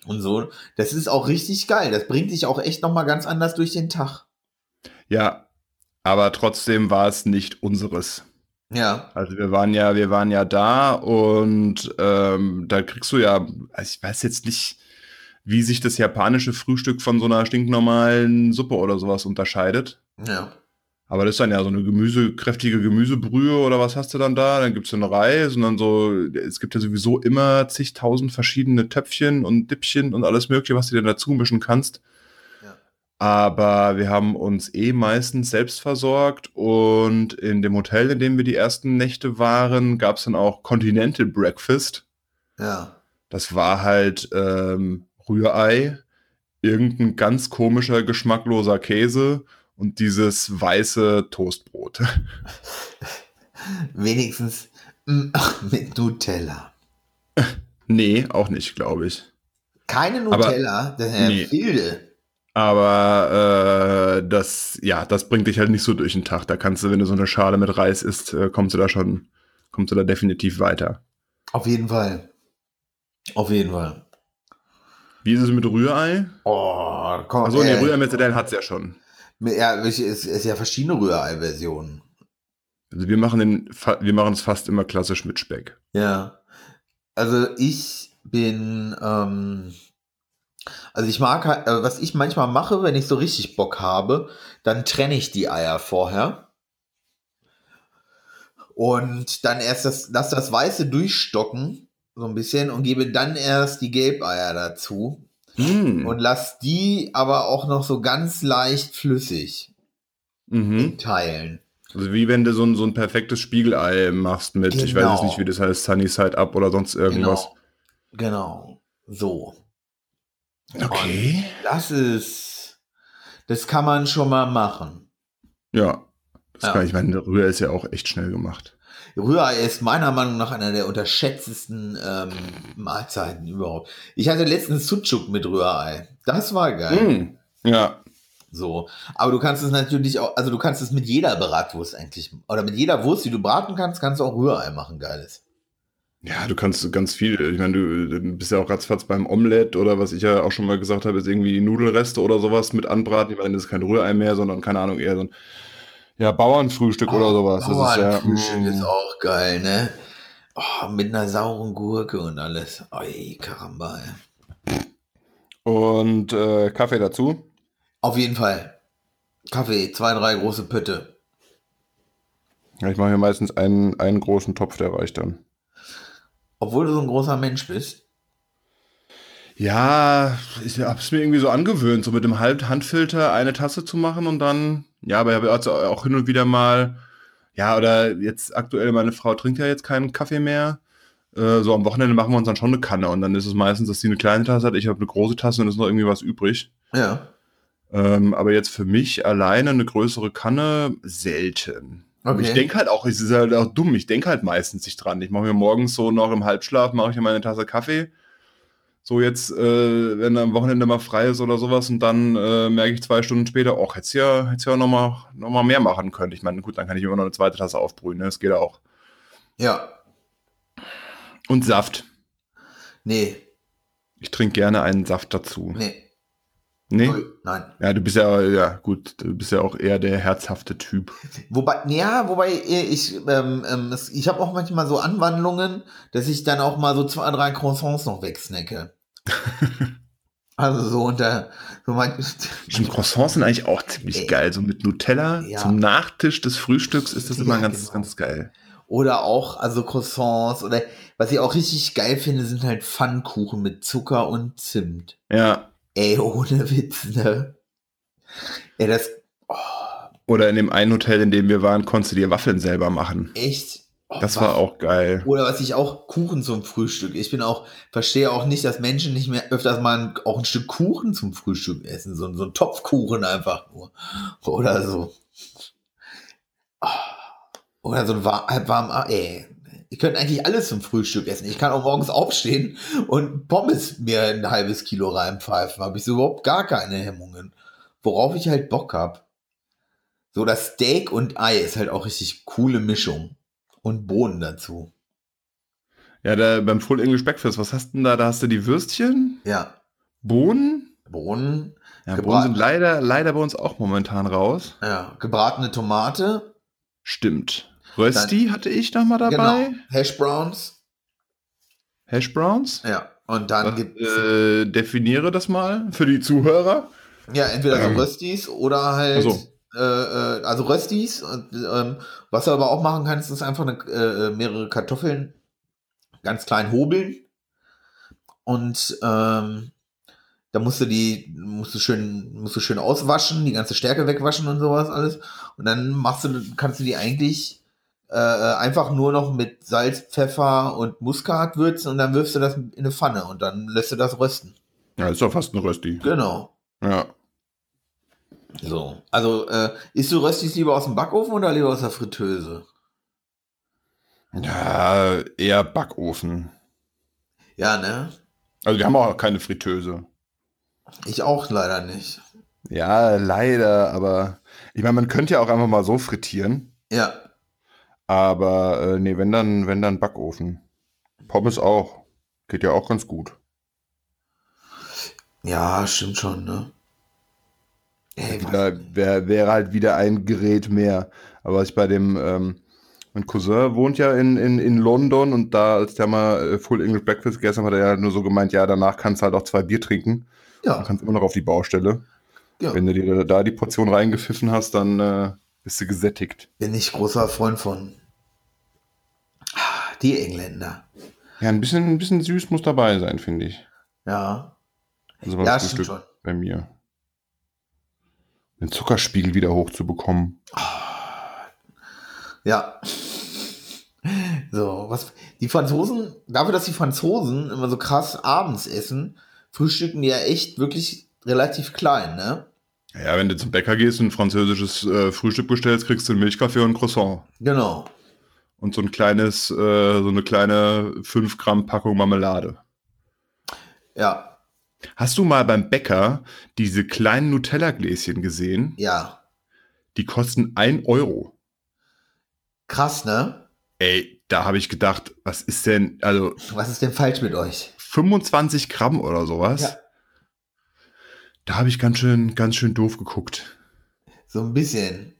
Speaker 2: und so, das ist auch richtig geil. Das bringt dich auch echt nochmal ganz anders durch den Tag.
Speaker 1: ja, aber trotzdem war es nicht unseres.
Speaker 2: Ja.
Speaker 1: Also wir waren ja, wir waren ja da und ähm, da kriegst du ja, also ich weiß jetzt nicht, wie sich das japanische Frühstück von so einer stinknormalen Suppe oder sowas unterscheidet.
Speaker 2: Ja.
Speaker 1: Aber das ist dann ja so eine Gemüse, kräftige Gemüsebrühe oder was hast du dann da? Dann gibt's so einen Reis und dann so, es gibt ja sowieso immer zigtausend verschiedene Töpfchen und Dippchen und alles mögliche, was du dir dazu mischen kannst.
Speaker 2: Ja.
Speaker 1: Aber wir haben uns eh meistens selbst versorgt und in dem Hotel, in dem wir die ersten Nächte waren, gab's dann auch Continental Breakfast.
Speaker 2: Ja.
Speaker 1: Das war halt ähm, Rührei, irgendein ganz komischer, geschmackloser Käse und dieses weiße Toastbrot.
Speaker 2: Wenigstens mm, mit Nutella.
Speaker 1: nee, auch nicht, glaube ich.
Speaker 2: Keine
Speaker 1: Aber-
Speaker 2: Nutella, das ist ja
Speaker 1: Nee.
Speaker 2: wilde.
Speaker 1: Aber äh, das, ja, das bringt dich halt nicht so durch den Tag. Da kannst du, wenn du so eine Schale mit Reis isst, äh, kommst du da schon, kommst du da definitiv weiter.
Speaker 2: Auf jeden Fall. Auf jeden Fall.
Speaker 1: Wie ist es mit Rührei?
Speaker 2: Oh, komm.
Speaker 1: Achso, Also, nee,
Speaker 2: ey.
Speaker 1: Rührei mit Sardellen hat's ja schon.
Speaker 2: Ja, es ist, ist ja verschiedene Rührei-Versionen.
Speaker 1: Also wir machen den, fa- wir machen es fast immer klassisch mit Speck.
Speaker 2: Ja. Also ich bin, ähm, also ich mag, halt- äh, was ich manchmal mache, wenn ich so richtig Bock habe, dann trenne ich die Eier vorher. Und dann erst das, lass das Weiße durchstocken, so ein bisschen, und gebe dann erst die Gelbeier dazu.
Speaker 1: Hm.
Speaker 2: Und lass die aber auch noch so ganz leicht flüssig
Speaker 1: mhm.
Speaker 2: Hm? teilen.
Speaker 1: Also wie wenn du so ein, so ein perfektes Spiegelei machst mit, ich weiß jetzt
Speaker 2: Genau.
Speaker 1: nicht, wie das heißt, Sunny Side Up oder sonst irgendwas.
Speaker 2: Genau. So. Genau.
Speaker 1: Okay.
Speaker 2: Das ist. Das kann man schon mal machen.
Speaker 1: Ja. Das
Speaker 2: Ja.
Speaker 1: Kann, ich meine, Rühr ist ja auch echt schnell gemacht.
Speaker 2: Rührei ist meiner Meinung nach einer der unterschätztesten ähm, Mahlzeiten überhaupt. Ich hatte letztens Sucuk mit Rührei. Das war geil.
Speaker 1: Mm. Ja.
Speaker 2: So. Aber du kannst es natürlich auch, also du kannst es mit jeder Bratwurst eigentlich, oder mit jeder Wurst, die du braten kannst, kannst du auch Rührei machen, geiles.
Speaker 1: Ja, du kannst ganz viel. Ich meine, du du bist ja auch ratzfatz beim Omelett oder was ich ja auch schon mal gesagt habe, ist irgendwie Nudelreste oder sowas mit anbraten. Ich meine, das ist kein Rührei mehr, sondern keine Ahnung, eher so ein ja, Bauernfrühstück oder sowas. Das ist ja.
Speaker 2: Ah, Bauernfrühstück
Speaker 1: mm.
Speaker 2: ist auch geil, ne? Oh, mit einer sauren Gurke und alles. Oi, Karamba. ey.
Speaker 1: Und äh, Kaffee dazu.
Speaker 2: Auf jeden Fall. Kaffee, zwei, drei große Pötte.
Speaker 1: Ja, Ich mache mir meistens einen, einen großen Topf, der reicht dann.
Speaker 2: Obwohl du so ein großer Mensch bist.
Speaker 1: Ja, ich habe es mir irgendwie so angewöhnt, so mit dem Halbhandfilter eine Tasse zu machen und dann, ja, aber ich habe also auch hin und wieder mal, ja, oder jetzt aktuell, meine Frau trinkt ja jetzt keinen Kaffee mehr. Äh, so am Wochenende machen wir uns dann schon eine Kanne und dann ist es meistens, dass sie eine kleine Tasse hat, ich habe eine große Tasse und es ist noch irgendwie was übrig.
Speaker 2: Ja.
Speaker 1: Ähm, aber jetzt für mich alleine eine größere Kanne selten. Und Ich denke halt auch, es ist halt auch dumm, ich denke halt meistens nicht dran. Ich mache mir morgens so noch im Halbschlaf, mache ich mir meine Tasse Kaffee. So jetzt, äh, wenn am Wochenende mal frei ist oder sowas und dann äh, merke ich zwei Stunden später, auch hätte ja, hätt's ja noch mal, noch mal mehr machen können. Ich meine, gut, dann kann ich immer noch eine zweite Tasse aufbrühen, ne? das geht auch.
Speaker 2: Ja,
Speaker 1: Und Saft.
Speaker 2: nee,
Speaker 1: Ich trinke gerne einen Saft dazu.
Speaker 2: nee,
Speaker 1: Nee?
Speaker 2: null, nein.
Speaker 1: Ja, du bist ja, ja gut, du bist ja auch eher der herzhafte Typ.
Speaker 2: Wobei, ja, wobei äh, ich, ähm, ähm, es- ich habe auch manchmal so Anwandlungen, dass ich dann auch mal so zwei, drei Croissants noch wegsnacke. also so unter, so mein,
Speaker 1: Stimmt, Croissants sind eigentlich auch ziemlich
Speaker 2: Ey.
Speaker 1: geil. So mit Nutella
Speaker 2: Äh, Ja.
Speaker 1: zum Nachtisch des Frühstücks ist das
Speaker 2: Ja,
Speaker 1: immer ganz,
Speaker 2: genau.
Speaker 1: ganz geil.
Speaker 2: Oder auch, also Croissants oder was ich auch richtig geil finde, sind halt Pfannkuchen mit Zucker und Zimt.
Speaker 1: Ja.
Speaker 2: Ey, ohne Witz, ne? Ey, das oh,
Speaker 1: Oder in dem einen Hotel, in dem wir waren, konntest du dir Waffeln selber machen.
Speaker 2: echt. Oh,
Speaker 1: Das war
Speaker 2: was-
Speaker 1: auch geil.
Speaker 2: Oder was ich auch, Kuchen zum Frühstück. Ich bin auch, verstehe auch nicht, dass Menschen nicht mehr öfters mal ein, auch ein Stück Kuchen zum Frühstück essen. So, ein- so ein Topfkuchen einfach nur. Oder so. Ah. Oder so ein war- halb warm, ah, ey. Ich könnte eigentlich alles zum Frühstück essen. Ich kann auch morgens aufstehen und Pommes mir ein halbes Kilo reinpfeifen. Habe ich so überhaupt gar keine Hemmungen. Worauf ich halt Bock habe. So, das Steak und Ei ist halt auch richtig coole Mischung. Und Bohnen dazu.
Speaker 1: Ja, da beim Full English Breakfast, was hast du denn da? Da hast du die Würstchen,
Speaker 2: Ja.
Speaker 1: Bohnen.
Speaker 2: Bohnen,
Speaker 1: Ja, Bohnen
Speaker 2: Gebraten.
Speaker 1: sind leider, leider bei uns auch momentan raus.
Speaker 2: ja, gebratene Tomate,
Speaker 1: Stimmt. Rösti hatte ich noch mal dabei.
Speaker 2: genau, Hash Browns,
Speaker 1: Hash Browns.
Speaker 2: ja, und dann gibt es
Speaker 1: Äh, definiere das mal für die Zuhörer.
Speaker 2: ja entweder
Speaker 1: ähm,
Speaker 2: so Röstis oder halt
Speaker 1: Ach so.
Speaker 2: äh, äh, also Röstis. Und, ähm, was du aber auch machen kannst, ist einfach eine, äh, mehrere Kartoffeln ganz klein hobeln und ähm, da musst du die musst du schön musst du schön auswaschen, die ganze Stärke wegwaschen und sowas alles und dann machst du kannst du die eigentlich äh, einfach nur noch mit Salz, Pfeffer und Muskat würzen und dann wirfst du das in eine Pfanne und dann lässt du das rösten.
Speaker 1: Ja, ist doch fast ein Rösti.
Speaker 2: Genau.
Speaker 1: Ja.
Speaker 2: So. Also, äh, isst du Röstis lieber aus dem Backofen oder lieber aus der Fritteuse?
Speaker 1: Ja, eher Backofen.
Speaker 2: Ja, ne?
Speaker 1: Also wir haben auch keine Fritteuse.
Speaker 2: Ich auch leider nicht.
Speaker 1: Ja, leider, aber ich meine, man könnte ja auch einfach mal so frittieren,
Speaker 2: Ja.
Speaker 1: aber äh, nee, wenn dann, wenn dann Backofen.
Speaker 2: Mhm.
Speaker 1: Pommes auch. Geht ja auch ganz gut.
Speaker 2: Ja, stimmt schon, ne? Ey, was-
Speaker 1: Da wär, wäre halt wieder ein Gerät mehr. Aber was ich bei dem, ähm, mein Cousin wohnt ja in, in, in London und da, als der mal äh, Full English Breakfast gegessen hat, hat er halt nur so gemeint, ja, danach kannst du halt auch zwei Bier trinken. Du
Speaker 2: ja,
Speaker 1: kannst immer noch auf die Baustelle.
Speaker 2: Ja.
Speaker 1: Wenn du dir da die Portion reingepfiffen hast, dann äh, bist du gesättigt.
Speaker 2: bin ich großer Freund von. Ah, Die Engländer.
Speaker 1: Ja, ein bisschen, ein bisschen süß muss dabei sein, finde ich.
Speaker 2: Ja.
Speaker 1: Also beim
Speaker 2: Ja, stimmt
Speaker 1: Frühstück
Speaker 2: schon.
Speaker 1: bei mir. Den Zuckerspiegel wieder hochzubekommen.
Speaker 2: Ja. So, was. Die Franzosen, dafür, dass die Franzosen immer so krass abends essen, frühstücken die ja echt wirklich relativ klein, ne?
Speaker 1: Ja, wenn du zum Bäcker gehst und ein französisches äh, Frühstück bestellst, kriegst du einen Milchkaffee und ein Croissant.
Speaker 2: Genau.
Speaker 1: Und so ein kleines, äh, so eine kleine 5 Gramm Packung Marmelade.
Speaker 2: Ja,
Speaker 1: Hast du mal beim Bäcker diese kleinen Nutella-Gläschen gesehen?
Speaker 2: ja.
Speaker 1: Die kosten 1 Euro.
Speaker 2: Krass, ne?
Speaker 1: Ey, da habe ich gedacht, was ist denn, also
Speaker 2: Was ist denn falsch mit euch?
Speaker 1: 25 Gramm oder sowas?
Speaker 2: Ja.
Speaker 1: Da habe ich ganz schön, ganz schön doof geguckt.
Speaker 2: So ein bisschen.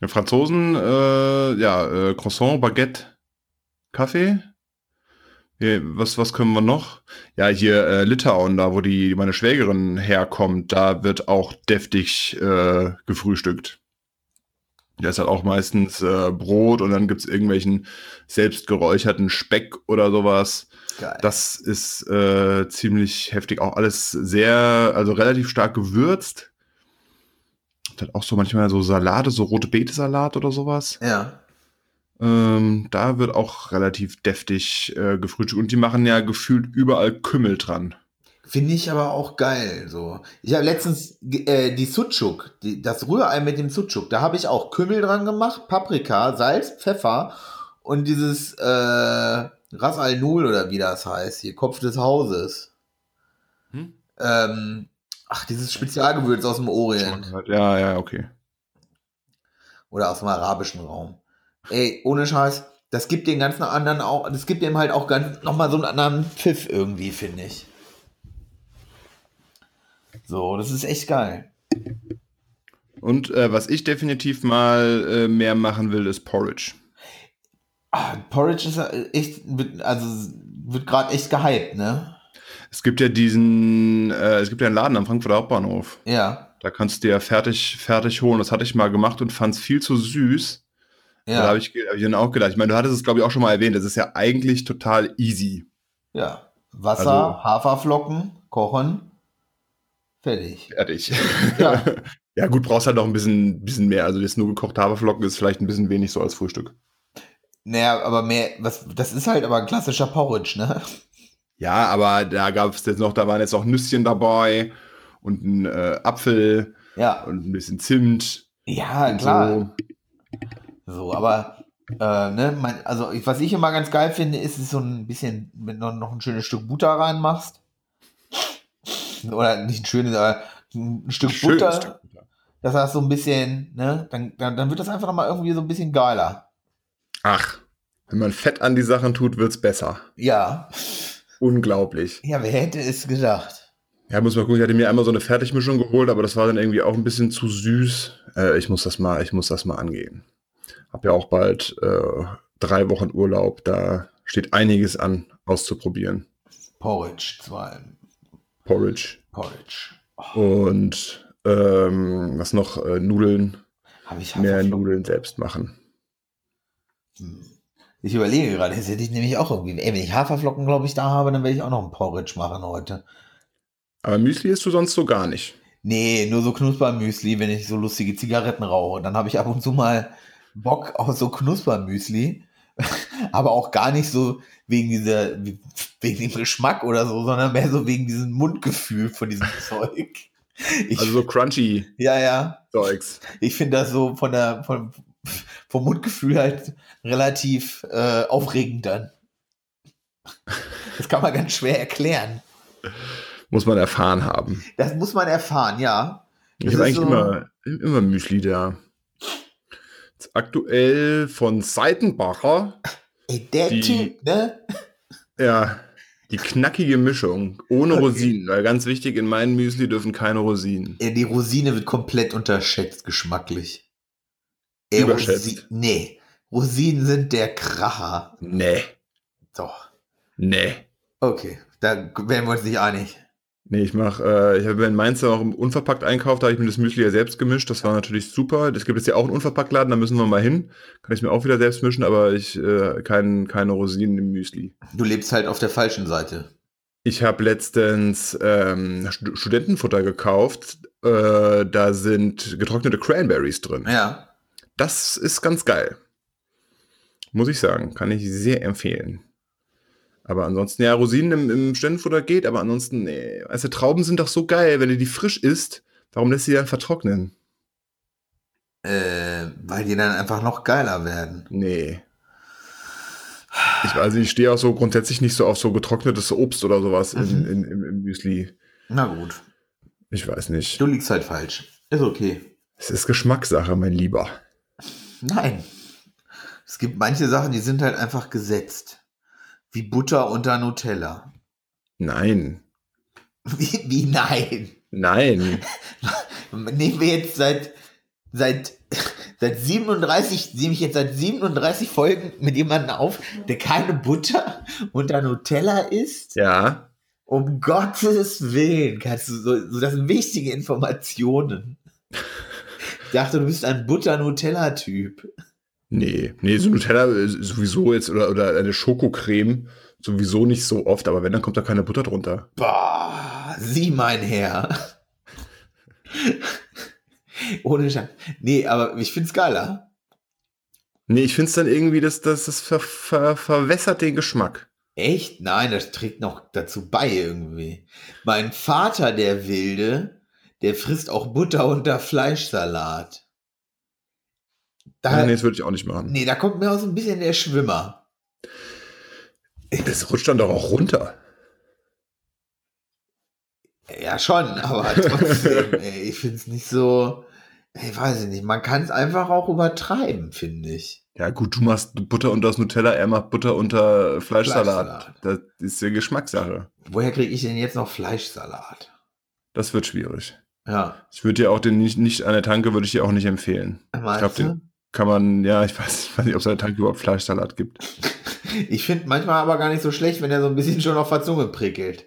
Speaker 1: Ja, Franzosen, äh, ja, äh, Croissant, Baguette, Kaffee. Ja, was, was können wir noch? Ja, hier äh, Litauen, da wo die meine Schwägerin herkommt, da wird auch deftig äh, gefrühstückt. Da ist halt auch meistens äh, Brot und dann gibt's irgendwelchen selbstgeräucherten Speck oder sowas.
Speaker 2: Geil.
Speaker 1: Das ist äh, ziemlich heftig. Auch alles sehr, also relativ stark gewürzt. Hat halt auch so manchmal so Salate, so rote Beete-Salat oder sowas.
Speaker 2: ja.
Speaker 1: Ähm, da wird auch relativ deftig äh, gefrühstückt. Und die machen ja gefühlt überall Kümmel dran.
Speaker 2: Finde ich aber auch geil. So. Ich habe letztens äh, die Sucuk, die, das Rührei mit dem Sucuk, da habe ich auch Kümmel dran gemacht, Paprika, Salz, Pfeffer und dieses äh, Ras Al Nul oder wie das heißt, hier Kopf des Hauses.
Speaker 1: Hm?
Speaker 2: Ähm, ach, dieses Spezialgewürz aus dem Orient
Speaker 1: Ja, ja, okay.
Speaker 2: oder aus dem arabischen Raum. Ey, ohne Scheiß, das gibt den ganzen anderen auch, das gibt dem halt auch ganz nochmal so einen anderen Pfiff irgendwie, finde ich. So, das ist echt geil.
Speaker 1: Und äh, was ich definitiv mal äh, mehr machen will, ist Porridge.
Speaker 2: Ah, Porridge ist echt, wird- also wird gerade echt gehypt, ne?
Speaker 1: Es gibt ja diesen, äh, es gibt ja einen Laden am Frankfurter Hauptbahnhof.
Speaker 2: Ja,
Speaker 1: Da kannst du ja fertig, fertig holen. Das hatte ich mal gemacht und fand es viel zu süß. Da
Speaker 2: ja,
Speaker 1: habe ich, ge- hab ich dann auch gedacht. Ich meine, du hattest es, glaube ich, auch schon mal erwähnt. Das ist ja eigentlich total easy.
Speaker 2: ja. Wasser,
Speaker 1: Also-
Speaker 2: Haferflocken, kochen, fertig.
Speaker 1: Fertig.
Speaker 2: Ja.
Speaker 1: Ja, gut, brauchst halt noch ein bisschen, bisschen mehr. Also jetzt nur gekochte Haferflocken ist vielleicht ein bisschen wenig so als Frühstück.
Speaker 2: Naja, aber mehr, was, das ist halt aber ein klassischer Porridge, ne?
Speaker 1: Ja, aber da gab es jetzt noch, da waren jetzt auch Nüsschen dabei und ein äh, Apfel
Speaker 2: Ja,
Speaker 1: und ein bisschen Zimt.
Speaker 2: ja,
Speaker 1: und
Speaker 2: klar.
Speaker 1: So.
Speaker 2: So, aber äh, ne, mein, also ich, was ich immer ganz geil finde, ist, ist so ein bisschen, wenn du noch ein schönes Stück Butter reinmachst. Oder nicht ein schönes, aber ein Stück
Speaker 1: Schönes
Speaker 2: Butter.
Speaker 1: Stück Butter.
Speaker 2: Das hast so ein bisschen, ne, dann, dann, dann wird das einfach nochmal irgendwie so ein bisschen geiler.
Speaker 1: Ach, wenn man Fett an die Sachen tut, wird's besser.
Speaker 2: Ja.
Speaker 1: Unglaublich.
Speaker 2: Ja, wer hätte es gedacht?
Speaker 1: Ja, muss mal gucken. Ich hatte mir einmal so eine Fertigmischung geholt, aber das war dann irgendwie auch ein bisschen zu süß. Äh, ich muss das mal, ich muss das mal angehen. Hab ja auch bald äh, drei Wochen Urlaub. Da steht einiges an auszuprobieren.
Speaker 2: Porridge zu allem.
Speaker 1: Porridge
Speaker 2: Porridge. Oh,
Speaker 1: und ähm, was noch? Äh, Nudeln.
Speaker 2: Habe ich
Speaker 1: Mehr
Speaker 2: Haferflocken.
Speaker 1: Nudeln selbst machen.
Speaker 2: Hm. Ich überlege gerade, das hätte ich nämlich auch irgendwie. Ey, wenn ich Haferflocken, glaube ich, da habe, dann werde ich auch noch ein Porridge machen heute.
Speaker 1: Aber Müsli isst du sonst so gar nicht.
Speaker 2: Nee, nur so Knuspermüsli, wenn ich so lustige Zigaretten rauche. Dann habe ich ab und zu mal Bock auf so Knuspermüsli. Aber auch gar nicht so wegen dieser, wegen dem Geschmack oder so, sondern mehr so wegen diesem Mundgefühl von diesem Zeug. Ich,
Speaker 1: Also so crunchy
Speaker 2: ja, ja.
Speaker 1: Zeugs.
Speaker 2: Ich finde das so von der, von, vom Mundgefühl halt relativ äh, aufregend dann. Das kann man ganz schwer erklären.
Speaker 1: Muss man erfahren haben.
Speaker 2: Das muss man erfahren, ja. Das
Speaker 1: Ich habe eigentlich
Speaker 2: ist so-
Speaker 1: immer, immer Müsli da. Jetzt aktuell von Seitenbacher.
Speaker 2: Ey, der
Speaker 1: Die-
Speaker 2: Typ, ne?
Speaker 1: Ja, die knackige Mischung. Ohne
Speaker 2: Okay.
Speaker 1: Rosinen. Weil ganz wichtig, in meinen Müsli dürfen keine Rosinen.
Speaker 2: Ja, Äh, die Rosine wird komplett unterschätzt, geschmacklich. Ey,
Speaker 1: Überschätzt.
Speaker 2: Rosi- nee, Rosinen sind der Kracher.
Speaker 1: Nee,
Speaker 2: Doch.
Speaker 1: nee.
Speaker 2: Okay, da werden wir uns nicht einig.
Speaker 1: Nee, ich mach, äh, ich habe in Mainz ja auch im unverpackt einkauft, da habe ich mir das Müsli ja selbst gemischt. Das war natürlich super. Das gibt es ja auch einen Unverpacktladen, da müssen wir mal hin. Kann ich mir auch wieder selbst mischen, aber ich äh, kein, keine Rosinen im Müsli.
Speaker 2: Du lebst halt auf der falschen Seite.
Speaker 1: Ich habe letztens ähm, Stud- Studentenfutter gekauft. Äh, da sind getrocknete Cranberries drin.
Speaker 2: Ja.
Speaker 1: Das ist ganz geil. Muss ich sagen. Kann ich sehr empfehlen. Aber ansonsten, ja, Rosinen im, im Studentenfutter geht, aber ansonsten, nee. Also Trauben sind doch so geil, wenn du die frisch isst. Warum lässt du die dann vertrocknen?
Speaker 2: Äh, weil die dann einfach noch geiler werden.
Speaker 1: Nee. Ich weiß nicht, ich stehe auch so grundsätzlich nicht so auf so getrocknetes Obst oder sowas
Speaker 2: Mhm.
Speaker 1: in, in, im, im Müsli.
Speaker 2: Na gut.
Speaker 1: Ich weiß nicht.
Speaker 2: Du liegst halt falsch. Ist okay.
Speaker 1: Es ist Geschmackssache, mein Lieber.
Speaker 2: Nein. Es gibt manche Sachen, die sind halt einfach gesetzt. Wie Butter unter Nutella.
Speaker 1: Nein.
Speaker 2: Wie, wie nein.
Speaker 1: Nein.
Speaker 2: Nehmen wir jetzt seit, seit, seit 37, nehme ich jetzt seit 37 Folgen mit jemandem auf, der keine Butter unter Nutella isst?
Speaker 1: Ja.
Speaker 2: Um Gottes Willen, kannst du so, so das sind wichtige Informationen. Ich dachte, du bist ein Butter-Nutella-Typ.
Speaker 1: Nee. Nee, so Nutella äh, sowieso jetzt oder, oder eine Schokocreme sowieso nicht so oft, aber wenn, dann kommt da keine Butter drunter.
Speaker 2: Bah, sieh mein Herr. Ohne Scheiß. Nee, aber ich find's geiler.
Speaker 1: Nee, ich finde es dann irgendwie, dass das, das ver, ver, verwässert den Geschmack.
Speaker 2: Echt? Nein, das trägt noch dazu bei irgendwie. Mein Vater, der Wilde, der frisst auch Butter unter Fleischsalat. Da,
Speaker 1: nee, nee,
Speaker 2: nee,
Speaker 1: das würde ich auch nicht machen.
Speaker 2: da kommt mir auch so ein bisschen der Schwimmer.
Speaker 1: Das rutscht dann doch auch runter.
Speaker 2: Ja, schon, aber trotzdem, ey, ich finde es nicht so. Ich weiß ich nicht, man kann es einfach auch übertreiben, finde ich.
Speaker 1: Ja, gut, du machst Butter unter das Nutella, er macht Butter unter Fleischsalat.
Speaker 2: Fleischsalat.
Speaker 1: Das ist ja Geschmackssache.
Speaker 2: Woher kriege ich denn jetzt noch Fleischsalat?
Speaker 1: Das wird schwierig.
Speaker 2: Ja,
Speaker 1: Ich würde dir auch den nicht, nicht an der Tanke, würde ich dir auch nicht empfehlen. glaub,
Speaker 2: meinst
Speaker 1: den-
Speaker 2: du?
Speaker 1: Kann man, ja, ich weiß, ich weiß nicht, ob es an der Tanke überhaupt Fleischsalat gibt.
Speaker 2: Ich finde manchmal aber gar nicht so schlecht, wenn er so ein bisschen schon auf der Zunge prickelt.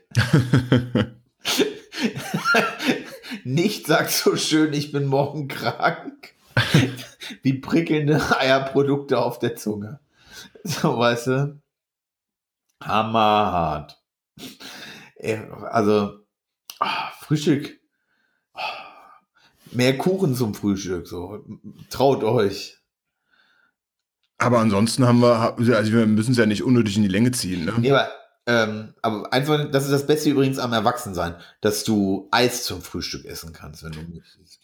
Speaker 2: Nicht sagt so schön, ich bin morgen krank. Wie prickelnde Eierprodukte auf der Zunge. So, weißt du? Hammerhart. Äh, Also, ah, Frühstück. Ah, Mehr Kuchen zum Frühstück, so. Traut euch.
Speaker 1: Aber ansonsten haben wir, ha- also wir müssen es ja nicht unnötig in die Länge ziehen. Ne?
Speaker 2: Nee, aber, ähm, aber eins von, das ist das Beste übrigens am Erwachsensein, dass du Eis zum Frühstück essen kannst, wenn du möchtest.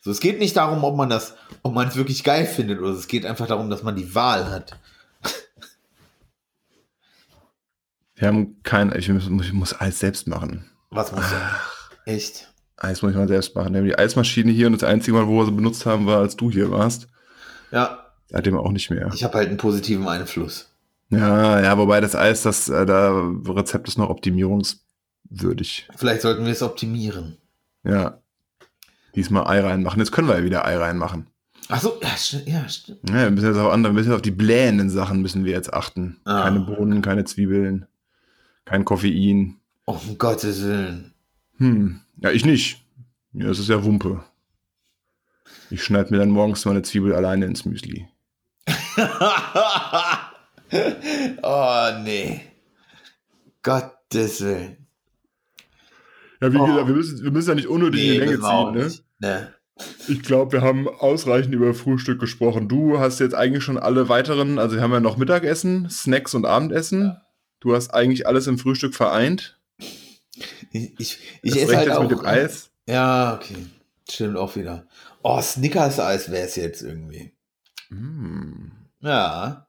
Speaker 2: So, es geht nicht darum, ob man das, ob man es wirklich geil findet, oder es geht einfach darum, dass man die Wahl hat.
Speaker 1: Wir haben kein, ich muss, ich muss Eis selbst machen.
Speaker 2: Was muss ich? Echt?
Speaker 1: Eis muss ich mal selbst machen. Wir haben die Eismaschine hier und das einzige Mal, wo wir sie benutzt haben, war, als du hier warst.
Speaker 2: Ja,
Speaker 1: Seitdem auch nicht mehr.
Speaker 2: ich habe halt einen positiven Einfluss.
Speaker 1: Ja, ja, wobei das Eis, das äh, da Rezept ist noch optimierungswürdig.
Speaker 2: Vielleicht sollten wir es optimieren.
Speaker 1: Ja. Diesmal Ei reinmachen. Jetzt können wir ja wieder Ei reinmachen.
Speaker 2: Ach so, ja, stimmt, ja, stimmt.
Speaker 1: Ja, wir müssen jetzt auf andere, wir müssen auf die blähenden Sachen müssen wir jetzt achten.
Speaker 2: Ah.
Speaker 1: Keine Bohnen, keine Zwiebeln, kein Koffein.
Speaker 2: Oh, um Gottes Willen.
Speaker 1: Hm. Ja, ich nicht. Ja, das ist ja Wumpe. Ich schneide mir dann morgens meine Zwiebel alleine ins Müsli.
Speaker 2: oh, nee. Gottes Willen.
Speaker 1: Ja, wie
Speaker 2: Oh.
Speaker 1: gesagt, wir müssen, wir müssen ja nicht unnötig in die Länge
Speaker 2: müssen wir auch
Speaker 1: ziehen, ne?
Speaker 2: nicht. Ne.
Speaker 1: Ich glaube, wir haben ausreichend über Frühstück gesprochen. Du hast jetzt eigentlich schon alle weiteren, also wir haben ja noch Mittagessen, Snacks und Abendessen. Du hast eigentlich alles im Frühstück vereint.
Speaker 2: Ich, ich, ich
Speaker 1: Erst
Speaker 2: esse
Speaker 1: recht
Speaker 2: halt
Speaker 1: jetzt
Speaker 2: auch.
Speaker 1: mit dem Eis.
Speaker 2: Ja, okay. Stimmt auch wieder. Oh, Snickers-Eis wäre es jetzt irgendwie.
Speaker 1: Hm.
Speaker 2: Ja.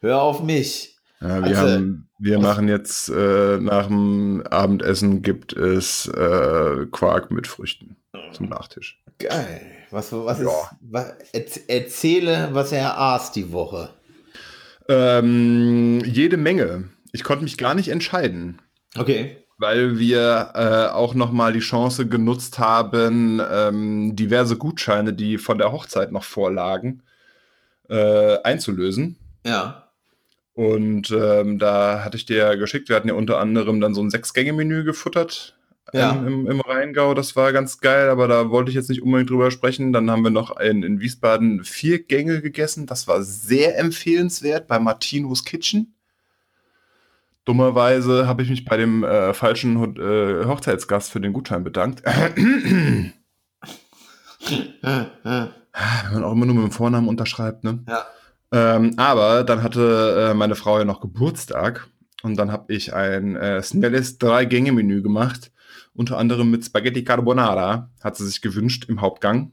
Speaker 2: Hör auf mich.
Speaker 1: Ja, wir,
Speaker 2: Also,
Speaker 1: haben, wir
Speaker 2: was-
Speaker 1: machen jetzt äh, nach dem Abendessen gibt es äh, Quark mit Früchten
Speaker 2: Oh.
Speaker 1: zum Nachtisch.
Speaker 2: Geil. Was, was
Speaker 1: Ja.
Speaker 2: ist. Was, erz- erzähle, was er aß die Woche.
Speaker 1: Ähm, jede Menge. Ich konnte mich gar nicht entscheiden.
Speaker 2: Okay.
Speaker 1: weil wir äh, auch nochmal die Chance genutzt haben, ähm, diverse Gutscheine, die von der Hochzeit noch vorlagen, äh, einzulösen.
Speaker 2: Ja.
Speaker 1: Und ähm, da hatte ich dir ja geschickt, wir hatten ja unter anderem dann so ein Sechs-Gänge-Menü gefuttert
Speaker 2: Ja.
Speaker 1: ähm, im, im Rheingau. Das war ganz geil, aber da wollte ich jetzt nicht unbedingt drüber sprechen. Dann haben wir noch in, in Wiesbaden vier Gänge gegessen. Das war sehr empfehlenswert bei Martinos Kitchen. Dummerweise habe ich mich bei dem äh, falschen Ho- äh, Hochzeitsgast für den Gutschein bedankt. Wenn ähm. man auch immer nur mit dem Vornamen unterschreibt, ne?
Speaker 2: Ja.
Speaker 1: Ähm, aber dann hatte äh, meine Frau ja noch Geburtstag und dann habe ich ein äh, schnelles Drei-Gänge-Menü gemacht, unter anderem mit Spaghetti Carbonara, hat sie sich gewünscht im Hauptgang.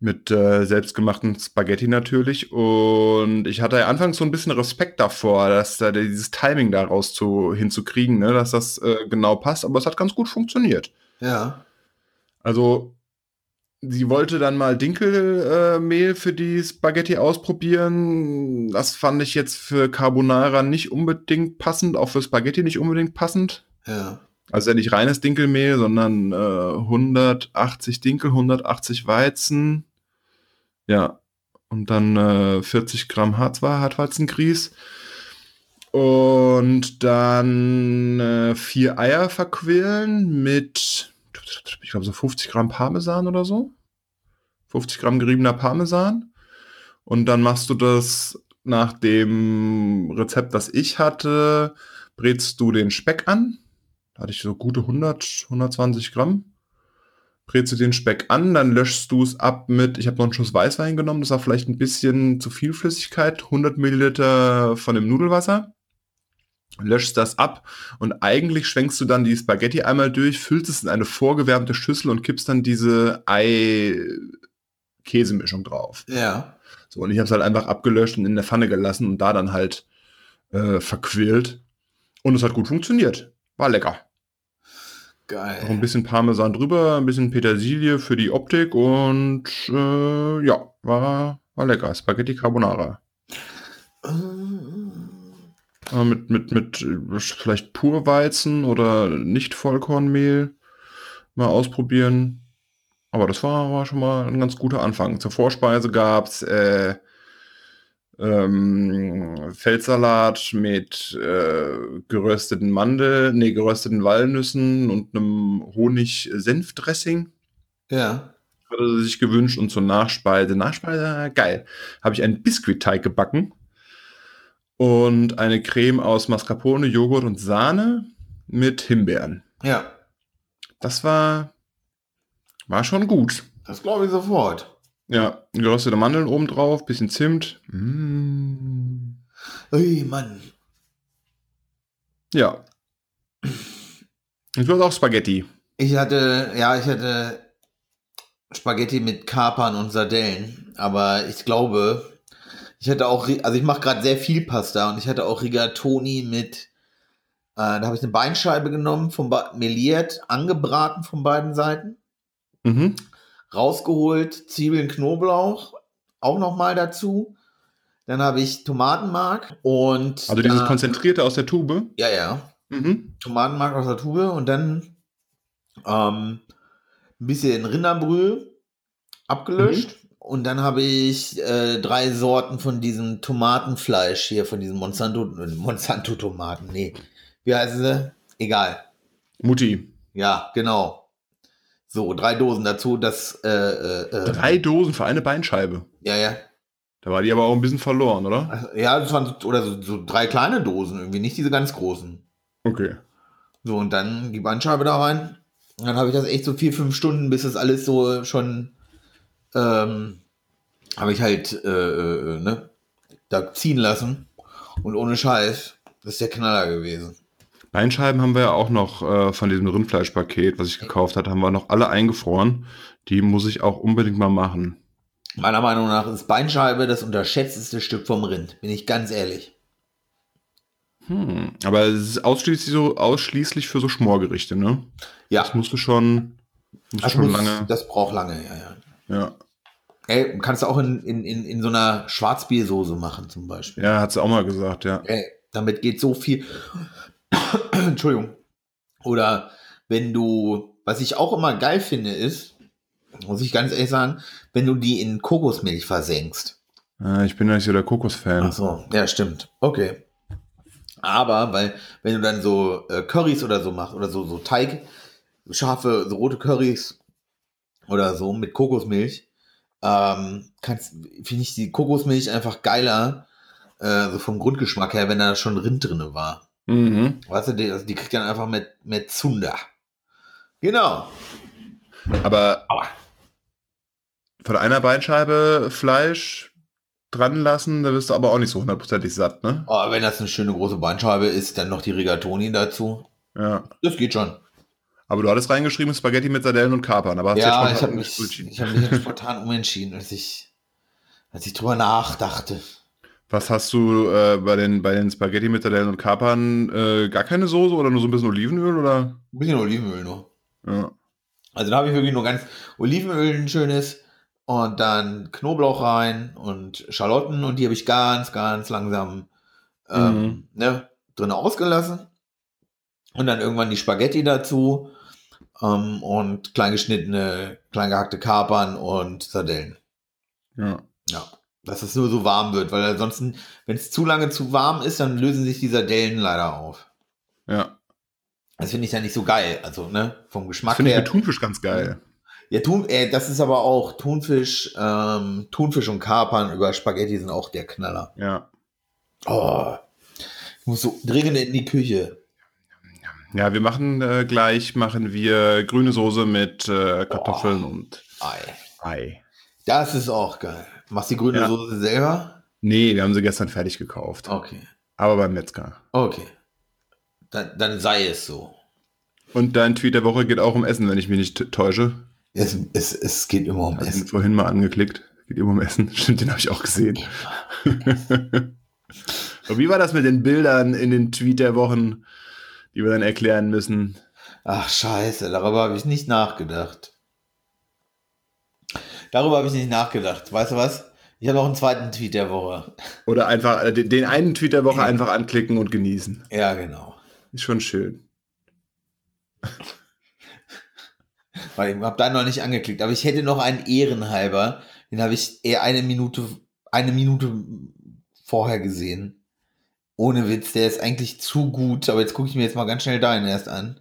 Speaker 1: Mit äh, selbstgemachten Spaghetti natürlich. Und ich hatte ja anfangs so ein bisschen Respekt davor, dass da dieses Timing daraus zu, hinzukriegen, ne, dass das äh, genau passt. Aber es hat ganz gut funktioniert.
Speaker 2: Ja.
Speaker 1: Also, sie wollte dann mal Dinkelmehl äh, Mehl für die Spaghetti ausprobieren. Das fand ich jetzt für Carbonara nicht unbedingt passend, auch für Spaghetti nicht unbedingt passend.
Speaker 2: Ja.
Speaker 1: Also ja nicht reines Dinkelmehl, sondern äh, 180 Dinkel, 180 Weizen. Ja. Und dann äh, 40 Gramm Harzwa- Hartweizengrieß. Und dann äh, vier Eier verquirlen mit, ich glaube, so 50 Gramm Parmesan oder so. 50 Gramm geriebener Parmesan. Und dann machst du das nach dem Rezept, das ich hatte, brätst du den Speck an. Da hatte ich so gute 100, 120 Gramm. brätst du den Speck an, dann löschst du es ab mit, ich habe noch einen Schuss Weißwein genommen, das war vielleicht ein bisschen zu viel Flüssigkeit, 100 Milliliter von dem Nudelwasser, löschst das ab und eigentlich schwenkst du dann die Spaghetti einmal durch, füllst es in eine vorgewärmte Schüssel und kippst dann diese Ei-Käsemischung drauf.
Speaker 2: Ja.
Speaker 1: So, und ich habe es halt einfach abgelöscht und in der Pfanne gelassen und da dann halt äh, verquirlt. Und es hat gut funktioniert. War lecker. Noch ein
Speaker 2: Geil.
Speaker 1: bisschen Parmesan drüber, ein bisschen Petersilie für die Optik und äh, ja, war, war lecker. Spaghetti Carbonara.
Speaker 2: Mm,
Speaker 1: Äh, mit, mit, mit äh, vielleicht Purweizen oder nicht Vollkornmehl mal ausprobieren. Aber das war, war schon mal ein ganz guter Anfang. Zur Vorspeise gab es äh, ähm, Feldsalat mit äh, gerösteten Mandeln, nee, gerösteten Walnüssen und einem Honig-Senf-Dressing.
Speaker 2: Ja.
Speaker 1: hatte sie sich gewünscht und zur Nachspeise. Nachspeise, geil. Habe ich einen Biskuitteig gebacken und eine Creme aus Mascarpone, Joghurt und Sahne mit Himbeeren.
Speaker 2: Ja.
Speaker 1: Das war, war schon gut.
Speaker 2: Das glaube ich sofort.
Speaker 1: Ja, geröstete Mandeln oben drauf, bisschen Zimt. Mm.
Speaker 2: Ui, Mann.
Speaker 1: Ja. Und du hast auch Spaghetti.
Speaker 2: Ich hatte, ja, ich hatte Spaghetti mit Kapern und Sardellen, aber ich glaube, ich hatte auch, Ri- also ich mache gerade sehr viel Pasta und ich hatte auch Rigatoni mit, äh, da habe ich eine Beinscheibe genommen, vom Ba- meliert, angebraten von beiden Seiten,
Speaker 1: Mhm.
Speaker 2: rausgeholt, Zwiebeln, Knoblauch, auch nochmal dazu. Dann habe ich Tomatenmark und
Speaker 1: Also dieses
Speaker 2: da-
Speaker 1: Konzentrierte aus der Tube.
Speaker 2: ja, ja,
Speaker 1: Mhm.
Speaker 2: Tomatenmark aus der Tube und dann ähm, ein bisschen Rinderbrühe abgelöscht. Und dann habe ich äh, drei Sorten von diesem Tomatenfleisch hier, von diesen Monsanto, Monsanto-Tomaten. Nee. Wie heißen sie? Egal.
Speaker 1: Mutti.
Speaker 2: Ja, genau. So, drei Dosen dazu. Das, äh, äh, äh,
Speaker 1: Drei Dosen für eine Beinscheibe.
Speaker 2: ja, ja.
Speaker 1: Da war die aber auch ein bisschen verloren, oder?
Speaker 2: Also, Ja, das waren so- oder so, so drei kleine Dosen irgendwie, nicht diese ganz großen.
Speaker 1: Okay.
Speaker 2: So, und dann die Bandscheibe da rein. Und dann habe ich das echt so vier, fünf Stunden, bis das alles so schon, ähm, habe ich halt, äh, äh, äh, ne, da ziehen lassen. Und ohne Scheiß, das ist der Knaller gewesen.
Speaker 1: Beinscheiben haben wir ja auch noch äh, von diesem Rindfleischpaket, was ich gekauft hatte, haben wir noch alle eingefroren. Die muss ich auch unbedingt mal machen.
Speaker 2: Meiner Meinung nach ist Beinscheibe das unterschätzteste Stück vom Rind, bin ich ganz ehrlich.
Speaker 1: Hm. Aber es ist ausschließlich, so, ausschließlich für so Schmorgerichte, ne?
Speaker 2: Ja,
Speaker 1: Das musst du schon, musst schon
Speaker 2: Also muss-
Speaker 1: lange.
Speaker 2: das braucht lange, ja, ja.
Speaker 1: Ja,
Speaker 2: Ey, kannst du auch in, in, in, in so einer Schwarzbiersoße machen, zum Beispiel.
Speaker 1: ja hat sie auch mal gesagt, ja.
Speaker 2: Ey, Äh, damit geht so viel. Entschuldigung. Oder wenn du, was ich auch immer geil finde, ist, muss ich ganz ehrlich sagen, wenn du die in Kokosmilch versenkst.
Speaker 1: Äh, ich bin ja nicht so der Kokos-Fan.
Speaker 2: Ach so, ja, stimmt. Okay. Aber, weil, wenn du dann so äh, Currys oder so machst, oder so, so Teig, scharfe, so rote Currys oder so mit Kokosmilch, ähm, kannst, finde ich die Kokosmilch einfach geiler, äh, so vom Grundgeschmack her, wenn da schon Rind drinne war.
Speaker 1: Mhm.
Speaker 2: Weißt du, die, also die kriegt dann einfach mit, mit Zunder. Genau.
Speaker 1: Aber
Speaker 2: Aua.
Speaker 1: von einer Beinscheibe Fleisch dran lassen, da wirst du aber auch nicht so hundertprozentig satt, ne?
Speaker 2: Aber wenn das eine schöne große Bandscheibe ist, dann noch die Rigatoni dazu.
Speaker 1: Ja.
Speaker 2: Das geht schon.
Speaker 1: Aber du hattest reingeschrieben Spaghetti mit Sardellen und Kapern. Aber hast du
Speaker 2: ja,
Speaker 1: jetzt
Speaker 2: ich
Speaker 1: spontan
Speaker 2: habe mich,
Speaker 1: entschieden.
Speaker 2: ich hab mich jetzt spontan umentschieden, als ich, als ich drüber nachdachte.
Speaker 1: Was hast du äh, bei, den, bei den Spaghetti mit Sardellen und Kapern? Äh, gar keine Soße oder nur so ein bisschen Olivenöl? Oder?
Speaker 2: Ein bisschen Olivenöl nur.
Speaker 1: Ja.
Speaker 2: Also da habe ich wirklich nur ganz Olivenöl ein schönes und dann Knoblauch rein und Schalotten und die habe ich ganz, ganz langsam ähm,
Speaker 1: Mhm.
Speaker 2: ne, drin ausgelassen. Und dann irgendwann die Spaghetti dazu ähm, und klein geschnittene, klein gehackte Kapern und Sardellen.
Speaker 1: ja.
Speaker 2: Ja, dass es nur so warm wird, weil ansonsten, wenn es zu lange zu warm ist, dann lösen sich die Sardellen leider auf.
Speaker 1: Ja.
Speaker 2: Das finde ich ja nicht so geil. Also, ne, vom Geschmack
Speaker 1: Das finde ich
Speaker 2: her.
Speaker 1: mit Thunfisch ganz geil.
Speaker 2: Ja, Thun, äh, das ist aber auch Thunfisch, ähm, Thunfisch und Kapern über Spaghetti sind auch der Knaller.
Speaker 1: Ja.
Speaker 2: Oh. Ich muss so dringend in die Küche.
Speaker 1: Ja, wir machen äh, gleich machen wir grüne Soße mit äh, Kartoffeln
Speaker 2: Boah.
Speaker 1: und
Speaker 2: Ei.
Speaker 1: Ei.
Speaker 2: Das ist auch geil. Machst die grüne
Speaker 1: Ja.
Speaker 2: Soße selber?
Speaker 1: Nee, wir haben sie gestern fertig gekauft.
Speaker 2: Okay.
Speaker 1: Aber beim Metzger.
Speaker 2: Okay. Dann, dann sei es so.
Speaker 1: Und dein Tweet der Woche geht auch um Essen, wenn ich mich nicht t- täusche.
Speaker 2: Es, es, es geht immer um
Speaker 1: Hast ihn
Speaker 2: Essen.
Speaker 1: Also vorhin mal angeklickt. Geht immer um Essen. Stimmt, den habe ich auch gesehen. Und wie war das mit den Bildern in den Tweet der Wochen, die wir dann erklären müssen?
Speaker 2: Ach scheiße, darüber habe ich nicht nachgedacht. Darüber habe ich nicht nachgedacht. Weißt du was? Ich habe noch einen zweiten Tweet der Woche.
Speaker 1: Oder einfach äh, den, den einen Tweet der Woche einfach anklicken und genießen.
Speaker 2: Ja, genau.
Speaker 1: Ist schon schön.
Speaker 2: Weil ich habe da noch nicht angeklickt. Aber ich hätte noch einen ehrenhalber. Den habe ich eher eine Minute, eine Minute vorher gesehen. Ohne Witz, der ist eigentlich zu gut. Aber jetzt gucke ich mir jetzt mal ganz schnell deinen erst an.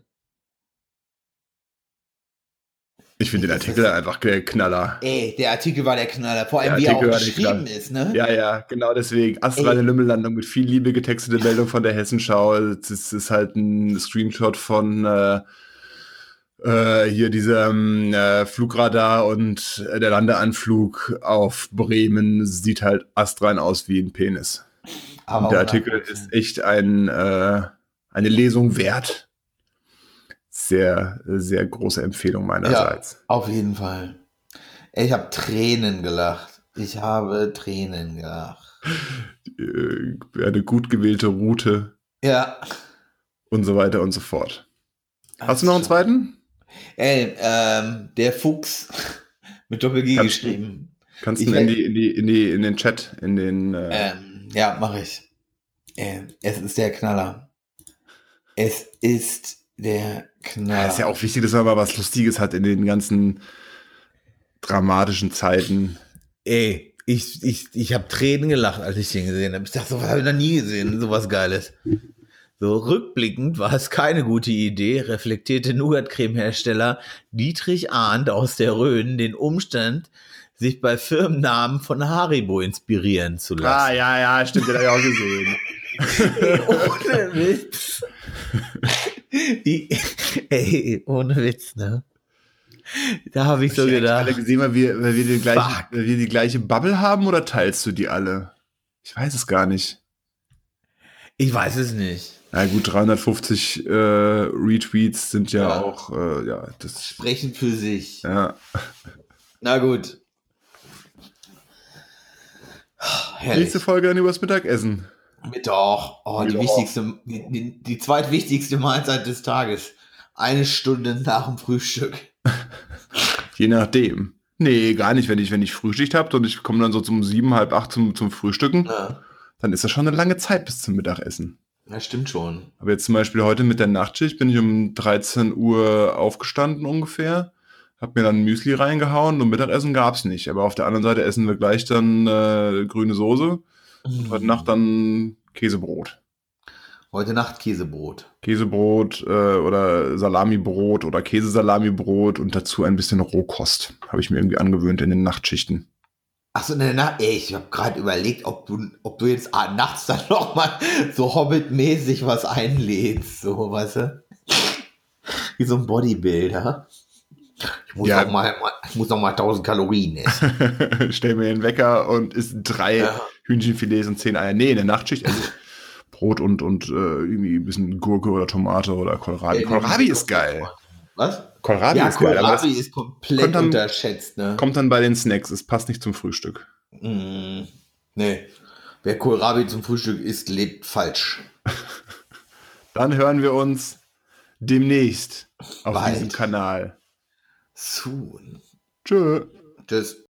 Speaker 1: Ich finde den Artikel einfach der Knaller.
Speaker 2: Ey, der Artikel war der Knaller. Vor allem,
Speaker 1: Der
Speaker 2: wie er auch
Speaker 1: Artikel war der
Speaker 2: geschrieben
Speaker 1: Knaller.
Speaker 2: ist, ne?
Speaker 1: Ja, ja, genau deswegen. Astrale
Speaker 2: Ey.
Speaker 1: Lümmellandung mit viel Liebe getextete Meldung von der Hessenschau. Es ist halt ein Screenshot von äh, äh, hier diesem äh, Flugradar und äh, der Landeanflug auf Bremen sieht halt astrein aus wie ein Penis.
Speaker 2: Aber
Speaker 1: Und der Artikel ist echt ein, äh, eine Lesung wert. Sehr, sehr große Empfehlung meinerseits.
Speaker 2: Auf jeden Fall. Ey, Ich habe Tränen gelacht. Ich habe Tränen gelacht.
Speaker 1: Äh, Eine gut gewählte Route
Speaker 2: Ja.
Speaker 1: und so weiter und so fort. Hast du noch einen zweiten?
Speaker 2: Ey, ähm, der Fuchs mit Doppel-G
Speaker 1: Kannst-
Speaker 2: geschrieben.
Speaker 1: Kannst
Speaker 2: Ich
Speaker 1: du in
Speaker 2: weiß-
Speaker 1: die, in die, in die, in den Chat, in den äh,
Speaker 2: Ähm, ja, mache ich. Äh, es ist der Knaller. Es ist der Knaller.
Speaker 1: ist ja auch wichtig, dass man mal was Lustiges hat in den ganzen dramatischen Zeiten.
Speaker 2: Ey, ich, ich, ich habe Tränen gelacht, als ich den gesehen habe. Ich dachte, sowas habe ich noch nie gesehen, sowas Geiles. So, rückblickend war es keine gute Idee, reflektierte Nougat-Creme-Hersteller Dietrich Arndt aus der Rhön den Umstand, sich bei Firmennamen von Haribo inspirieren zu lassen.
Speaker 1: ja, ja, stimmt, den habe ich auch gesehen.
Speaker 2: ohne Witz. Die, ey, ohne Witz, ne? Da habe ich so gedacht.
Speaker 1: alle gesehen, weil wir, weil, wir die gleiche,
Speaker 2: Fuck.
Speaker 1: weil wir die gleiche Bubble haben oder teilst du die alle? Ich weiß es gar nicht.
Speaker 2: Ich weiß es nicht.
Speaker 1: Na gut, 350 äh, Retweets sind ja,
Speaker 2: Ja.
Speaker 1: auch, äh, ja, das,
Speaker 2: Sprechen für sich.
Speaker 1: ja.
Speaker 2: Na gut. Herrlich.
Speaker 1: Nächste Folge dann übers Mittagessen.
Speaker 2: Mittag. Oh, die
Speaker 1: Mittag.
Speaker 2: wichtigste, die, die, die zweitwichtigste Mahlzeit des Tages. Eine Stunde nach dem Frühstück.
Speaker 1: Je nachdem. Nee, gar nicht, wenn ich, wenn ich Frühschicht habe und ich komme dann so zum sieben, halb acht zum, zum Frühstücken,
Speaker 2: Ja,
Speaker 1: dann ist das schon eine lange Zeit bis zum Mittagessen.
Speaker 2: das stimmt schon.
Speaker 1: Aber jetzt zum Beispiel heute mit der Nachtschicht bin ich um 13 Uhr aufgestanden ungefähr, habe mir dann Müsli reingehauen und Mittagessen gab's nicht. Aber auf der anderen Seite essen wir gleich dann äh, grüne Soße und heute Nacht dann Käsebrot.
Speaker 2: Heute Nacht Käsebrot.
Speaker 1: Käsebrot äh, oder Salamibrot oder Käsesalamibrot und dazu ein bisschen Rohkost. Habe ich mir irgendwie angewöhnt in den Nachtschichten.
Speaker 2: Achso, in der Nacht. Ey, ich habe gerade überlegt, ob du, ob du jetzt ah, nachts dann nochmal so Hobbit-mäßig was einlädst. So, weißt du? Wie so ein Bodybuilder. Ich muss
Speaker 1: Ja.
Speaker 2: noch mal, ich muss noch mal 1000 Kalorien essen.
Speaker 1: Stell mir den Wecker und isst drei
Speaker 2: Ja.
Speaker 1: Hühnchenfilets und zehn Eier. Nee, in der Nachtschicht esse ich Brot und, und äh, irgendwie ein bisschen Gurke oder Tomate oder Kohlrabi.
Speaker 2: Ja,
Speaker 1: Kohlrabi
Speaker 2: die-
Speaker 1: ist geil.
Speaker 2: Was?
Speaker 1: Kohlrabi
Speaker 2: ja,
Speaker 1: ist geil, aber das
Speaker 2: Kohlrabi ist komplett
Speaker 1: kommt dann-
Speaker 2: unterschätzt, ne?
Speaker 1: kommt dann bei den Snacks. Es passt nicht zum Frühstück.
Speaker 2: Mm, nee. Wer Kohlrabi zum Frühstück isst, lebt falsch.
Speaker 1: Dann hören wir uns demnächst auf
Speaker 2: Bald.
Speaker 1: diesem Kanal.
Speaker 2: Soon.
Speaker 1: Tschö.
Speaker 2: Tschüss.